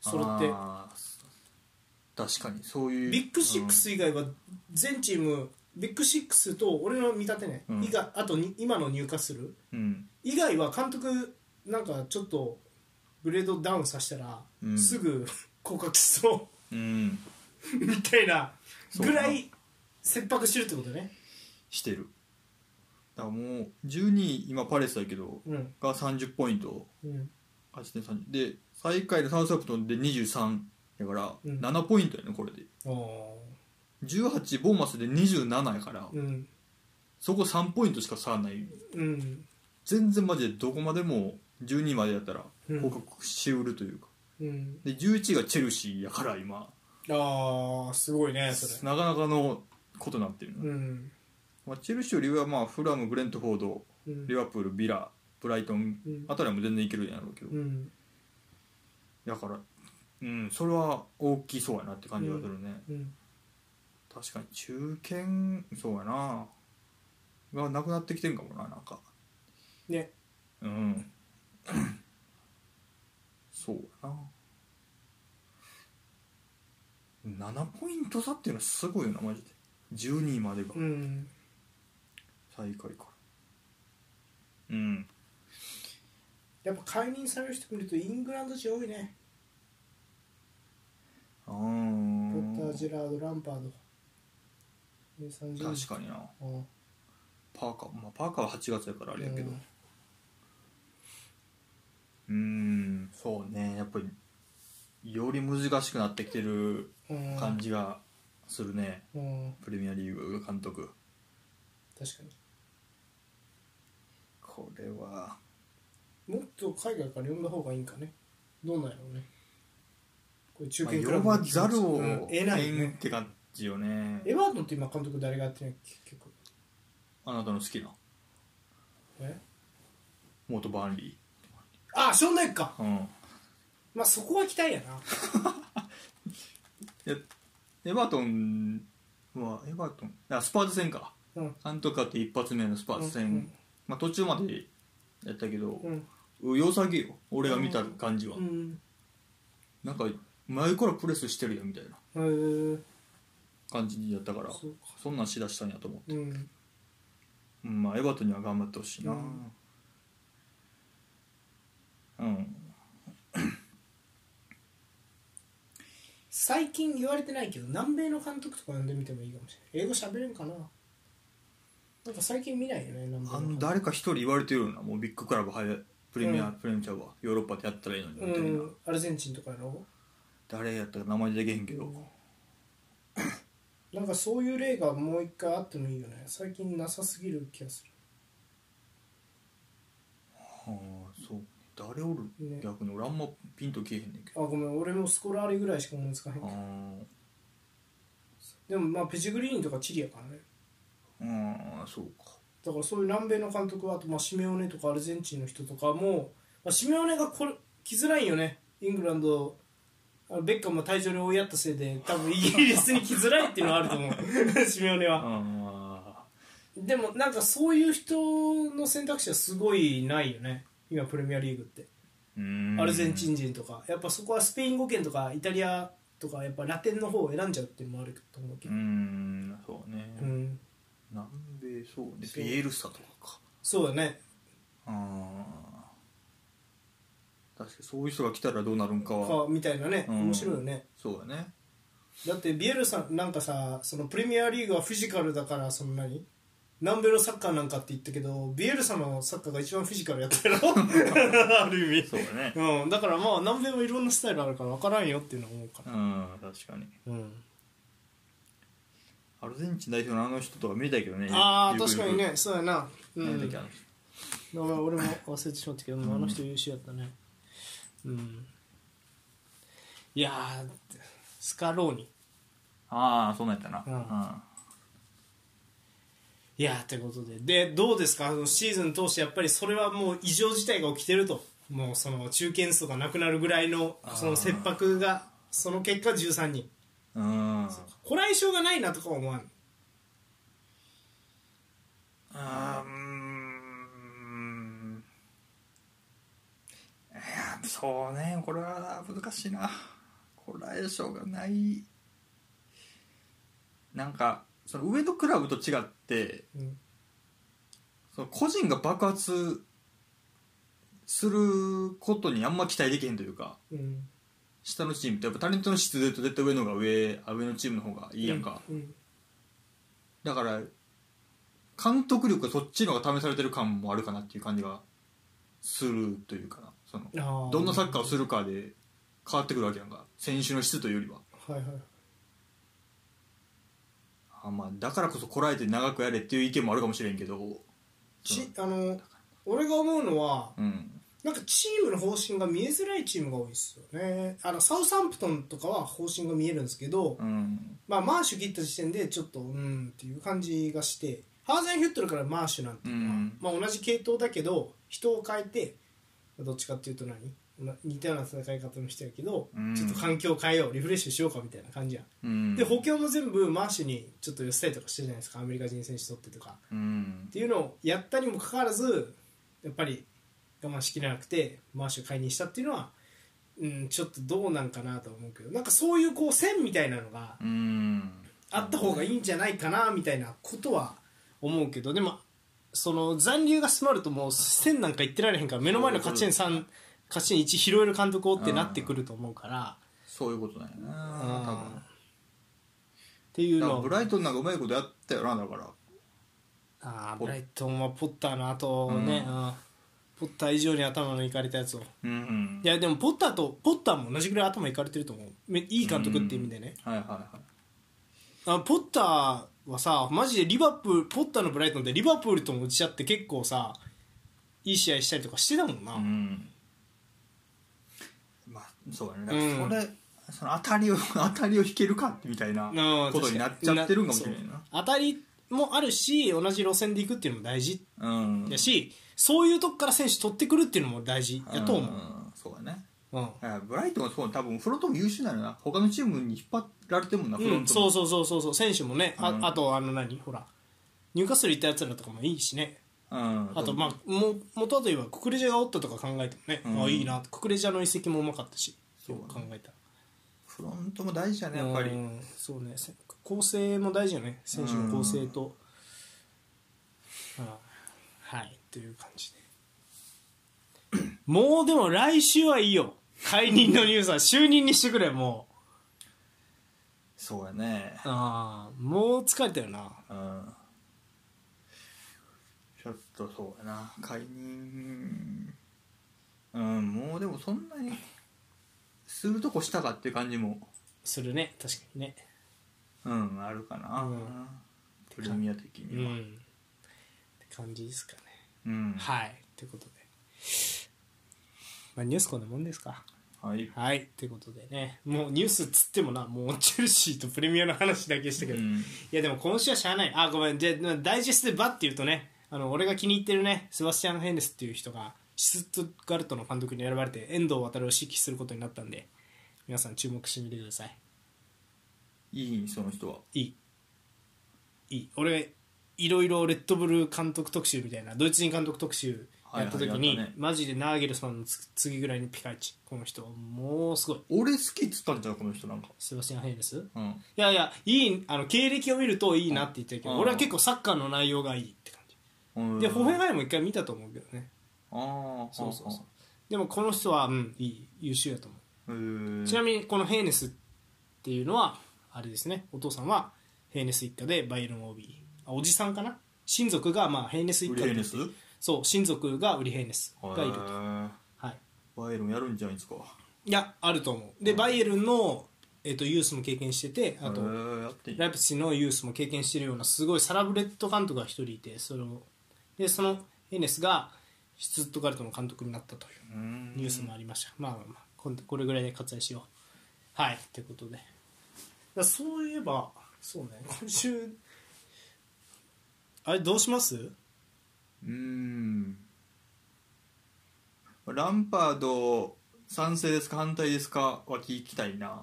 [SPEAKER 1] それって
[SPEAKER 2] あーそ確かにそういう
[SPEAKER 1] ビッグシックス以外は全チームビッグシックスと俺の見立てね、
[SPEAKER 2] うん
[SPEAKER 1] 以外あとに今の入荷する
[SPEAKER 2] うん
[SPEAKER 1] 以外は監督なんかちょっとグレードダウンさせたら、
[SPEAKER 2] うん
[SPEAKER 1] すぐ *laughs* 降格しそ
[SPEAKER 2] うん、うん、
[SPEAKER 1] うみたいな
[SPEAKER 2] そう
[SPEAKER 1] ぐ
[SPEAKER 2] だな
[SPEAKER 1] らい切迫してるってことね
[SPEAKER 2] してるだからもう12位今パレスだけど
[SPEAKER 1] うん
[SPEAKER 2] が30ポイント
[SPEAKER 1] うん
[SPEAKER 2] 8.30で最下位のサウスアプトンで23やから
[SPEAKER 1] うん
[SPEAKER 2] 7ポイントやねこれで
[SPEAKER 1] あー
[SPEAKER 2] 18ボーマスで27やから、
[SPEAKER 1] うん
[SPEAKER 2] そこ3ポイントしか差ない
[SPEAKER 1] うん
[SPEAKER 2] 全然マジでどこまでも12までやったら
[SPEAKER 1] うん
[SPEAKER 2] 降格しうるというか、
[SPEAKER 1] うん
[SPEAKER 2] で11がチェルシーやから今
[SPEAKER 1] ああすごいねそれ
[SPEAKER 2] なかなかのことなってるな、
[SPEAKER 1] うん
[SPEAKER 2] まあ、チェルシーよりはまあフラムブレントフォード
[SPEAKER 1] うん
[SPEAKER 2] リバプールビラブライトン
[SPEAKER 1] うん
[SPEAKER 2] あたりはもう全然いけるやろうけど、
[SPEAKER 1] うん
[SPEAKER 2] だからうんそれは大きそうやなって感じがするね、
[SPEAKER 1] うん
[SPEAKER 2] 確かに中堅そうやながなくなってきてんかもななんか
[SPEAKER 1] ね
[SPEAKER 2] うん *coughs* そうやな7ポイント差っていうのはすごいよなマジで12位までが
[SPEAKER 1] うん
[SPEAKER 2] 最下位からうん
[SPEAKER 1] やっぱ解任される人見るとイングランド人多いね
[SPEAKER 2] あ
[SPEAKER 1] ポッター・ジ
[SPEAKER 2] ー
[SPEAKER 1] ェラード・ランパードネイサンジョーンズ
[SPEAKER 2] 確かにな
[SPEAKER 1] うん
[SPEAKER 2] パーカー、まあ、パーカーは8月やからあれやけど
[SPEAKER 1] うん
[SPEAKER 2] うんそうねやっぱりより難しくなってきてる
[SPEAKER 1] うん
[SPEAKER 2] 感じがするね、
[SPEAKER 1] うん
[SPEAKER 2] プレミアリーグ監督
[SPEAKER 1] 確かに
[SPEAKER 2] これは
[SPEAKER 1] もっと海外から呼んだ方がいいんかねどうなんやろうねこれ中
[SPEAKER 2] まあ
[SPEAKER 1] 堅
[SPEAKER 2] 呼ばざるを
[SPEAKER 1] うん得
[SPEAKER 2] え
[SPEAKER 1] ないよ
[SPEAKER 2] んっ
[SPEAKER 1] ね
[SPEAKER 2] て感じよね
[SPEAKER 1] エバートンって今監督誰がやってるの結局
[SPEAKER 2] あなたの好きな
[SPEAKER 1] え
[SPEAKER 2] 元バーンリ
[SPEAKER 1] あショーンダイクか
[SPEAKER 2] ーうん
[SPEAKER 1] まあそこは期待やな
[SPEAKER 2] エバートンはエバートンあスパーズ戦か
[SPEAKER 1] うん
[SPEAKER 2] 監督かって一発目のスパーズ戦、
[SPEAKER 1] うんうん
[SPEAKER 2] まあ、途中までやったけど、
[SPEAKER 1] うん
[SPEAKER 2] 良さげよ俺が見た感じは、
[SPEAKER 1] うん
[SPEAKER 2] なんか前からプレスしてるよみたいな
[SPEAKER 1] へえ
[SPEAKER 2] 感じやったから
[SPEAKER 1] そ
[SPEAKER 2] そう
[SPEAKER 1] か
[SPEAKER 2] んなんしだしたんやと思って、
[SPEAKER 1] うん
[SPEAKER 2] うん、まあエバートンには頑張ってほしいな
[SPEAKER 1] うん
[SPEAKER 2] うん
[SPEAKER 1] 最近言われてないけど南米の監督とか呼んでみてもいいかもしれない英語喋れんかななんか最近見ないよね南米の
[SPEAKER 2] あの
[SPEAKER 1] 監督
[SPEAKER 2] 誰か一人言われてるよなもうビッグクラブ入れプレミア、
[SPEAKER 1] うん
[SPEAKER 2] プレミアちゃうわヨーロッパでやったらいいのにみたいな、
[SPEAKER 1] うんアルゼンチンとかやろ
[SPEAKER 2] 誰やったか名前出てけへんけど、
[SPEAKER 1] なんかそういう例がもう一回あってもいいよね最近なさすぎる気がす
[SPEAKER 2] はあそう誰おる、
[SPEAKER 1] ね
[SPEAKER 2] 逆に俺あんまピンとけえへんねんけど
[SPEAKER 1] るあごめん俺もスコラーリぐらいしか思いつかへん
[SPEAKER 2] あ
[SPEAKER 1] でもまあペジグリーンとかチリやからね
[SPEAKER 2] ーうんそうか
[SPEAKER 1] だからそういう南米の監督はあとまあシメオネとかアルゼンチンの人とかも、まあ、シメオネがこれ来づらいんよねイングランドあのベッカムが退場に追いやったせいで多分イギリスに来づらいっていうのはあると思
[SPEAKER 2] *laughs*
[SPEAKER 1] うシメオネは
[SPEAKER 2] あ
[SPEAKER 1] でもなんかそういう人の選択肢はすごいないよね今プレミアリーグって
[SPEAKER 2] ーうん
[SPEAKER 1] アルゼンチン人とかやっぱそこはスペイン語圏とかイタリアとかやっぱラテンの方を選んじゃうっていうのもあると思うけ
[SPEAKER 2] う
[SPEAKER 1] ど、
[SPEAKER 2] んそうね、
[SPEAKER 1] うん、
[SPEAKER 2] 南米そうね
[SPEAKER 1] そう
[SPEAKER 2] ビエルサとかか
[SPEAKER 1] そうだね
[SPEAKER 2] あー確かにそういう人が来たらどうなるんかは
[SPEAKER 1] かみたいなね
[SPEAKER 2] うん
[SPEAKER 1] 面白いよね、
[SPEAKER 2] そうだね
[SPEAKER 1] だってビエルさんなんかさそのプレミアリーグはフィジカルだからそんなに南米のサッカーなんかって言ったけどビエルさんのサッカーが一番フィジカルやったやろ *laughs* ある意味
[SPEAKER 2] そうだね
[SPEAKER 1] うん、だからまあ南米もいろんなスタイルあるから分からんよっていうのは思うか
[SPEAKER 2] う
[SPEAKER 1] ら
[SPEAKER 2] ん確かに
[SPEAKER 1] うん、
[SPEAKER 2] アルゼンチン代表のあの人とか見たいけどね
[SPEAKER 1] ああ
[SPEAKER 2] ゆくゆ
[SPEAKER 1] 確
[SPEAKER 2] く
[SPEAKER 1] かにねそうやなう
[SPEAKER 2] なん
[SPEAKER 1] ん
[SPEAKER 2] だっけ
[SPEAKER 1] だ
[SPEAKER 2] あ
[SPEAKER 1] か
[SPEAKER 2] の人
[SPEAKER 1] ら俺も忘れてしまったけど、あの人優秀やったねうんいやースカローニ
[SPEAKER 2] ああそうなんやったな
[SPEAKER 1] うんいやーということででどうですかあのシーズン通してやっぱりそれはもう異常事態が起きてるともうその中堅数がなくなるぐらいの
[SPEAKER 2] あー
[SPEAKER 1] その切迫がその結果13人
[SPEAKER 2] うんうん
[SPEAKER 1] これは性がないなとか思わん
[SPEAKER 2] あーうーんいやそうねこれは難しいなこらえ性がないなんかその上のクラブと違って
[SPEAKER 1] うん
[SPEAKER 2] その個人が爆発することにあんま期待できへんというか
[SPEAKER 1] うん
[SPEAKER 2] 下のチームってやっぱタレントの質で言うと絶対上の方が上あ上のチームの方がいいやんか、
[SPEAKER 1] うん
[SPEAKER 2] だから監督力がそっちの方が試されてる感もあるかなっていう感じがするというかなその
[SPEAKER 1] あ
[SPEAKER 2] どんなサッカーを
[SPEAKER 1] る
[SPEAKER 2] するかで変わってくるわけやんか選手の質というよりは
[SPEAKER 1] はいはい
[SPEAKER 2] あ、まあ、だからこそこらえて長くやれっていう意見もあるかもしれんけど
[SPEAKER 1] ちあの俺が思うのは
[SPEAKER 2] うん
[SPEAKER 1] なんかチームの方針が見えづらいチームが多いですよねあのサウサンプトンとかは方針が見えるんですけど、
[SPEAKER 2] うん
[SPEAKER 1] まあ、マーシュ切った時点でちょっとうんっていう感じがしてハーゼンヒュットルからマーシュなんていうのは、
[SPEAKER 2] うん
[SPEAKER 1] まあ、同じ系統だけど人を変えてどっちかっていうと何な似たような戦い方の人やけど、
[SPEAKER 2] うん
[SPEAKER 1] ちょっと環境を変えようリフレッシュしようかみたいな感じや、
[SPEAKER 2] うん
[SPEAKER 1] ん、で補強も全部マーシュにちょっと寄せたりとかしてるじゃないですかアメリカ人選手取ってとか
[SPEAKER 2] うん
[SPEAKER 1] っていうのをやったにもかかわらずやっぱり我慢しきれなくてマーシュ解任したっていうのは、うん、ちょっとどうなんかなとは思うけどなんかそういうこう線みたいなのが
[SPEAKER 2] うん
[SPEAKER 1] あった方がいいんじゃないかなみたいなことは思うけどでもその残留が迫るともう1000なんかいってられへんから目の前の勝ち点3勝ち点1拾える監督をってなってくると思うから
[SPEAKER 2] そういうことなんやな多分
[SPEAKER 1] あっていう
[SPEAKER 2] だか
[SPEAKER 1] の
[SPEAKER 2] ら
[SPEAKER 1] を
[SPEAKER 2] ブライトンなんかうまいことやったよなだから
[SPEAKER 1] あーブライトンはポッターの後ね、うんポッター以上に頭のいかれたやつを
[SPEAKER 2] うん
[SPEAKER 1] いやでもポッターとポッターも同じぐらい頭いかれてると思うめいい監督って意味でね、
[SPEAKER 2] はいはいはい
[SPEAKER 1] あポッターはさマジでリバプールポッターのブライトンってリバプールとも打ち合って結構さいい試合したりとかしてたもんな、
[SPEAKER 2] うんまあそうだねだ
[SPEAKER 1] うん
[SPEAKER 2] からそれ、その当たりを *laughs* 当たりを引けるかみたいな
[SPEAKER 1] うん
[SPEAKER 2] ことになっちゃってるんかもしれないな
[SPEAKER 1] そう当たりもあるし同じ路線で行くっていうのも大事
[SPEAKER 2] うん
[SPEAKER 1] やし、そういうとこから選手取ってくるっていうのも大事やと思う、
[SPEAKER 2] んそうだね
[SPEAKER 1] うん
[SPEAKER 2] だからブライトンはそう多分フロントも優秀なのな他のチームに引っ張られてるもんなフロ
[SPEAKER 1] う
[SPEAKER 2] ン
[SPEAKER 1] ん、
[SPEAKER 2] トも、
[SPEAKER 1] そうそうそうそうそう選手もねあ,、
[SPEAKER 2] うん
[SPEAKER 1] あとあの何ほら入荷する行ったやつらとかもいいしね
[SPEAKER 2] うん、
[SPEAKER 1] あとまあも元はといえばククレジャがおったとか考えてもね、
[SPEAKER 2] うん
[SPEAKER 1] あいいなククレジャの移籍もうまかったし
[SPEAKER 2] そ
[SPEAKER 1] よ
[SPEAKER 2] うだ
[SPEAKER 1] く
[SPEAKER 2] ね
[SPEAKER 1] 考えた
[SPEAKER 2] フロントも大事だね
[SPEAKER 1] ら
[SPEAKER 2] やっぱり、
[SPEAKER 1] うんそうねせ構成も大事よね選手の構成と、ああはいという感じでもうでも来週はいいよ解任のニュースは就任にしてくれもう
[SPEAKER 2] そうやね
[SPEAKER 1] ああもう疲れたよな
[SPEAKER 2] うんちょっとそうやな解任うんもうでもそんなにするとこしたかっていう感じも
[SPEAKER 1] するね確かにね
[SPEAKER 2] うんあるかな、
[SPEAKER 1] うん
[SPEAKER 2] プレミア的
[SPEAKER 1] う
[SPEAKER 2] には
[SPEAKER 1] んって感じですかね
[SPEAKER 2] うん、
[SPEAKER 1] はいということで、まあ、ニュースこんなもんですか
[SPEAKER 2] はい
[SPEAKER 1] はいということでねもうニュースつってもなもうチェルシーとプレミアの話だけでしたけ
[SPEAKER 2] う
[SPEAKER 1] ど、い
[SPEAKER 2] ん
[SPEAKER 1] やでも今週はしゃあないあごめんじゃあダイジェストでバッて言うとねあの俺が気に入ってるねセバスチャン・ヘンデスっていう人がシュツットガルトの監督に選ばれて遠藤航を指揮することになったんで皆さん注目してみてください
[SPEAKER 2] いいその人はい
[SPEAKER 1] いいい俺いろいろレッドブル監督特集みたいなドイツ人監督特集やった時
[SPEAKER 2] はいはい
[SPEAKER 1] に、
[SPEAKER 2] やったね
[SPEAKER 1] マジでナーゲルさんのつ次ぐらいにピカイチこの人もうすごい
[SPEAKER 2] 俺好きっつったんちゃうこの人なんか
[SPEAKER 1] セバスチャン・ヘイネスい
[SPEAKER 2] うん
[SPEAKER 1] やいやいいあの経歴を見るといいなって言ってるけど、
[SPEAKER 2] うん
[SPEAKER 1] 俺は結構サッカーの内容がいいって感じ、
[SPEAKER 2] うん
[SPEAKER 1] でホフェンハイムも一回見たと思うけどね
[SPEAKER 2] ああ
[SPEAKER 1] そうそうそうでもこの人はうんいい優秀やと思う
[SPEAKER 2] うへえ
[SPEAKER 1] ちなみにこのヘイネスっていうのはあれですねお父さんはヘイネス一家でバイエルン OB あおじさんかな親族がまあヘイネス一家
[SPEAKER 2] ウ
[SPEAKER 1] っ
[SPEAKER 2] リ
[SPEAKER 1] て
[SPEAKER 2] ヘ
[SPEAKER 1] 言
[SPEAKER 2] ネ
[SPEAKER 1] っ
[SPEAKER 2] ス
[SPEAKER 1] てそう親族がウリヘイネスがいる
[SPEAKER 2] へ
[SPEAKER 1] と、
[SPEAKER 2] ー
[SPEAKER 1] はい、
[SPEAKER 2] バイエルンやるんじゃないですか
[SPEAKER 1] いやあると思うでバイエルンの、えっとユースも経験しててあと
[SPEAKER 2] へーやっていい
[SPEAKER 1] ライプチヒのユースも経験してるようなすごいサラブレッド監督が一人いてそれをでそのヘイネスがシュツットガルトの監督になったという
[SPEAKER 2] うん
[SPEAKER 1] ニュースもありました、まあまあまあこんこれぐらいで割愛しようはいってことでだそういえばそうね今週あれどうします
[SPEAKER 2] うーんランパード賛成ですか反対ですかは聞きたいな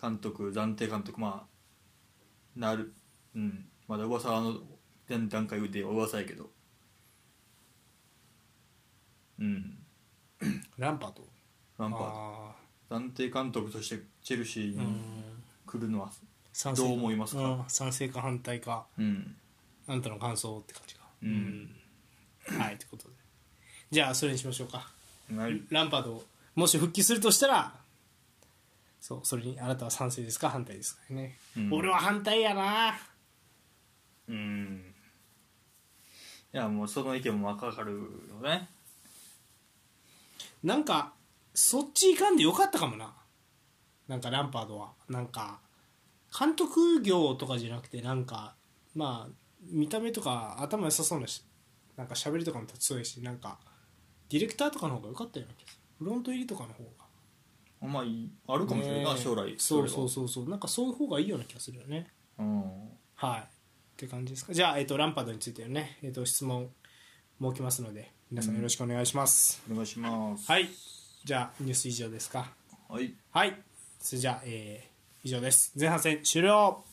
[SPEAKER 2] 監督暫定監督まあなるうんまだ噂の前段階では噂やけどうん
[SPEAKER 1] ランパート
[SPEAKER 2] ランパー
[SPEAKER 1] あ
[SPEAKER 2] ド暫定監督としてチェルシー
[SPEAKER 1] ーう
[SPEAKER 2] に
[SPEAKER 1] ん
[SPEAKER 2] 来るのは
[SPEAKER 1] 賛
[SPEAKER 2] どう思いますか
[SPEAKER 1] うん賛成か反対か
[SPEAKER 2] うん
[SPEAKER 1] あんたの感想って感じか
[SPEAKER 2] うん、
[SPEAKER 1] うんはいってことでじゃあそれにしましょうか
[SPEAKER 2] はい
[SPEAKER 1] ランパードもし復帰するとしたらそうそれにあなたは賛成ですか反対ですかね、
[SPEAKER 2] うん
[SPEAKER 1] 俺は反対やな
[SPEAKER 2] うんいやもうその意見もわかるよね
[SPEAKER 1] なんかそっち行かんでよかったかもななんかランパードはなんか監督業とかじゃなくてなんかまあ見た目とか頭良さそうなしなんか喋りとかも強いしなんかディレクターとかの方が良かったような気がするフロント入りとかの方が
[SPEAKER 2] まあいいあるかもしれないな、
[SPEAKER 1] ねえ
[SPEAKER 2] 将来
[SPEAKER 1] そうそう
[SPEAKER 2] そ
[SPEAKER 1] そうそうなんかそういう方がいいような気がするよね
[SPEAKER 2] れはうん
[SPEAKER 1] はいって感じですかじゃあ、えっとランパードについてのね、えっと質問設けますので皆さんよろしくお願いします、
[SPEAKER 2] お願いします
[SPEAKER 1] はいじゃあニュース以上ですか
[SPEAKER 2] はい
[SPEAKER 1] はいそれじゃあ、えー以上です前半戦終了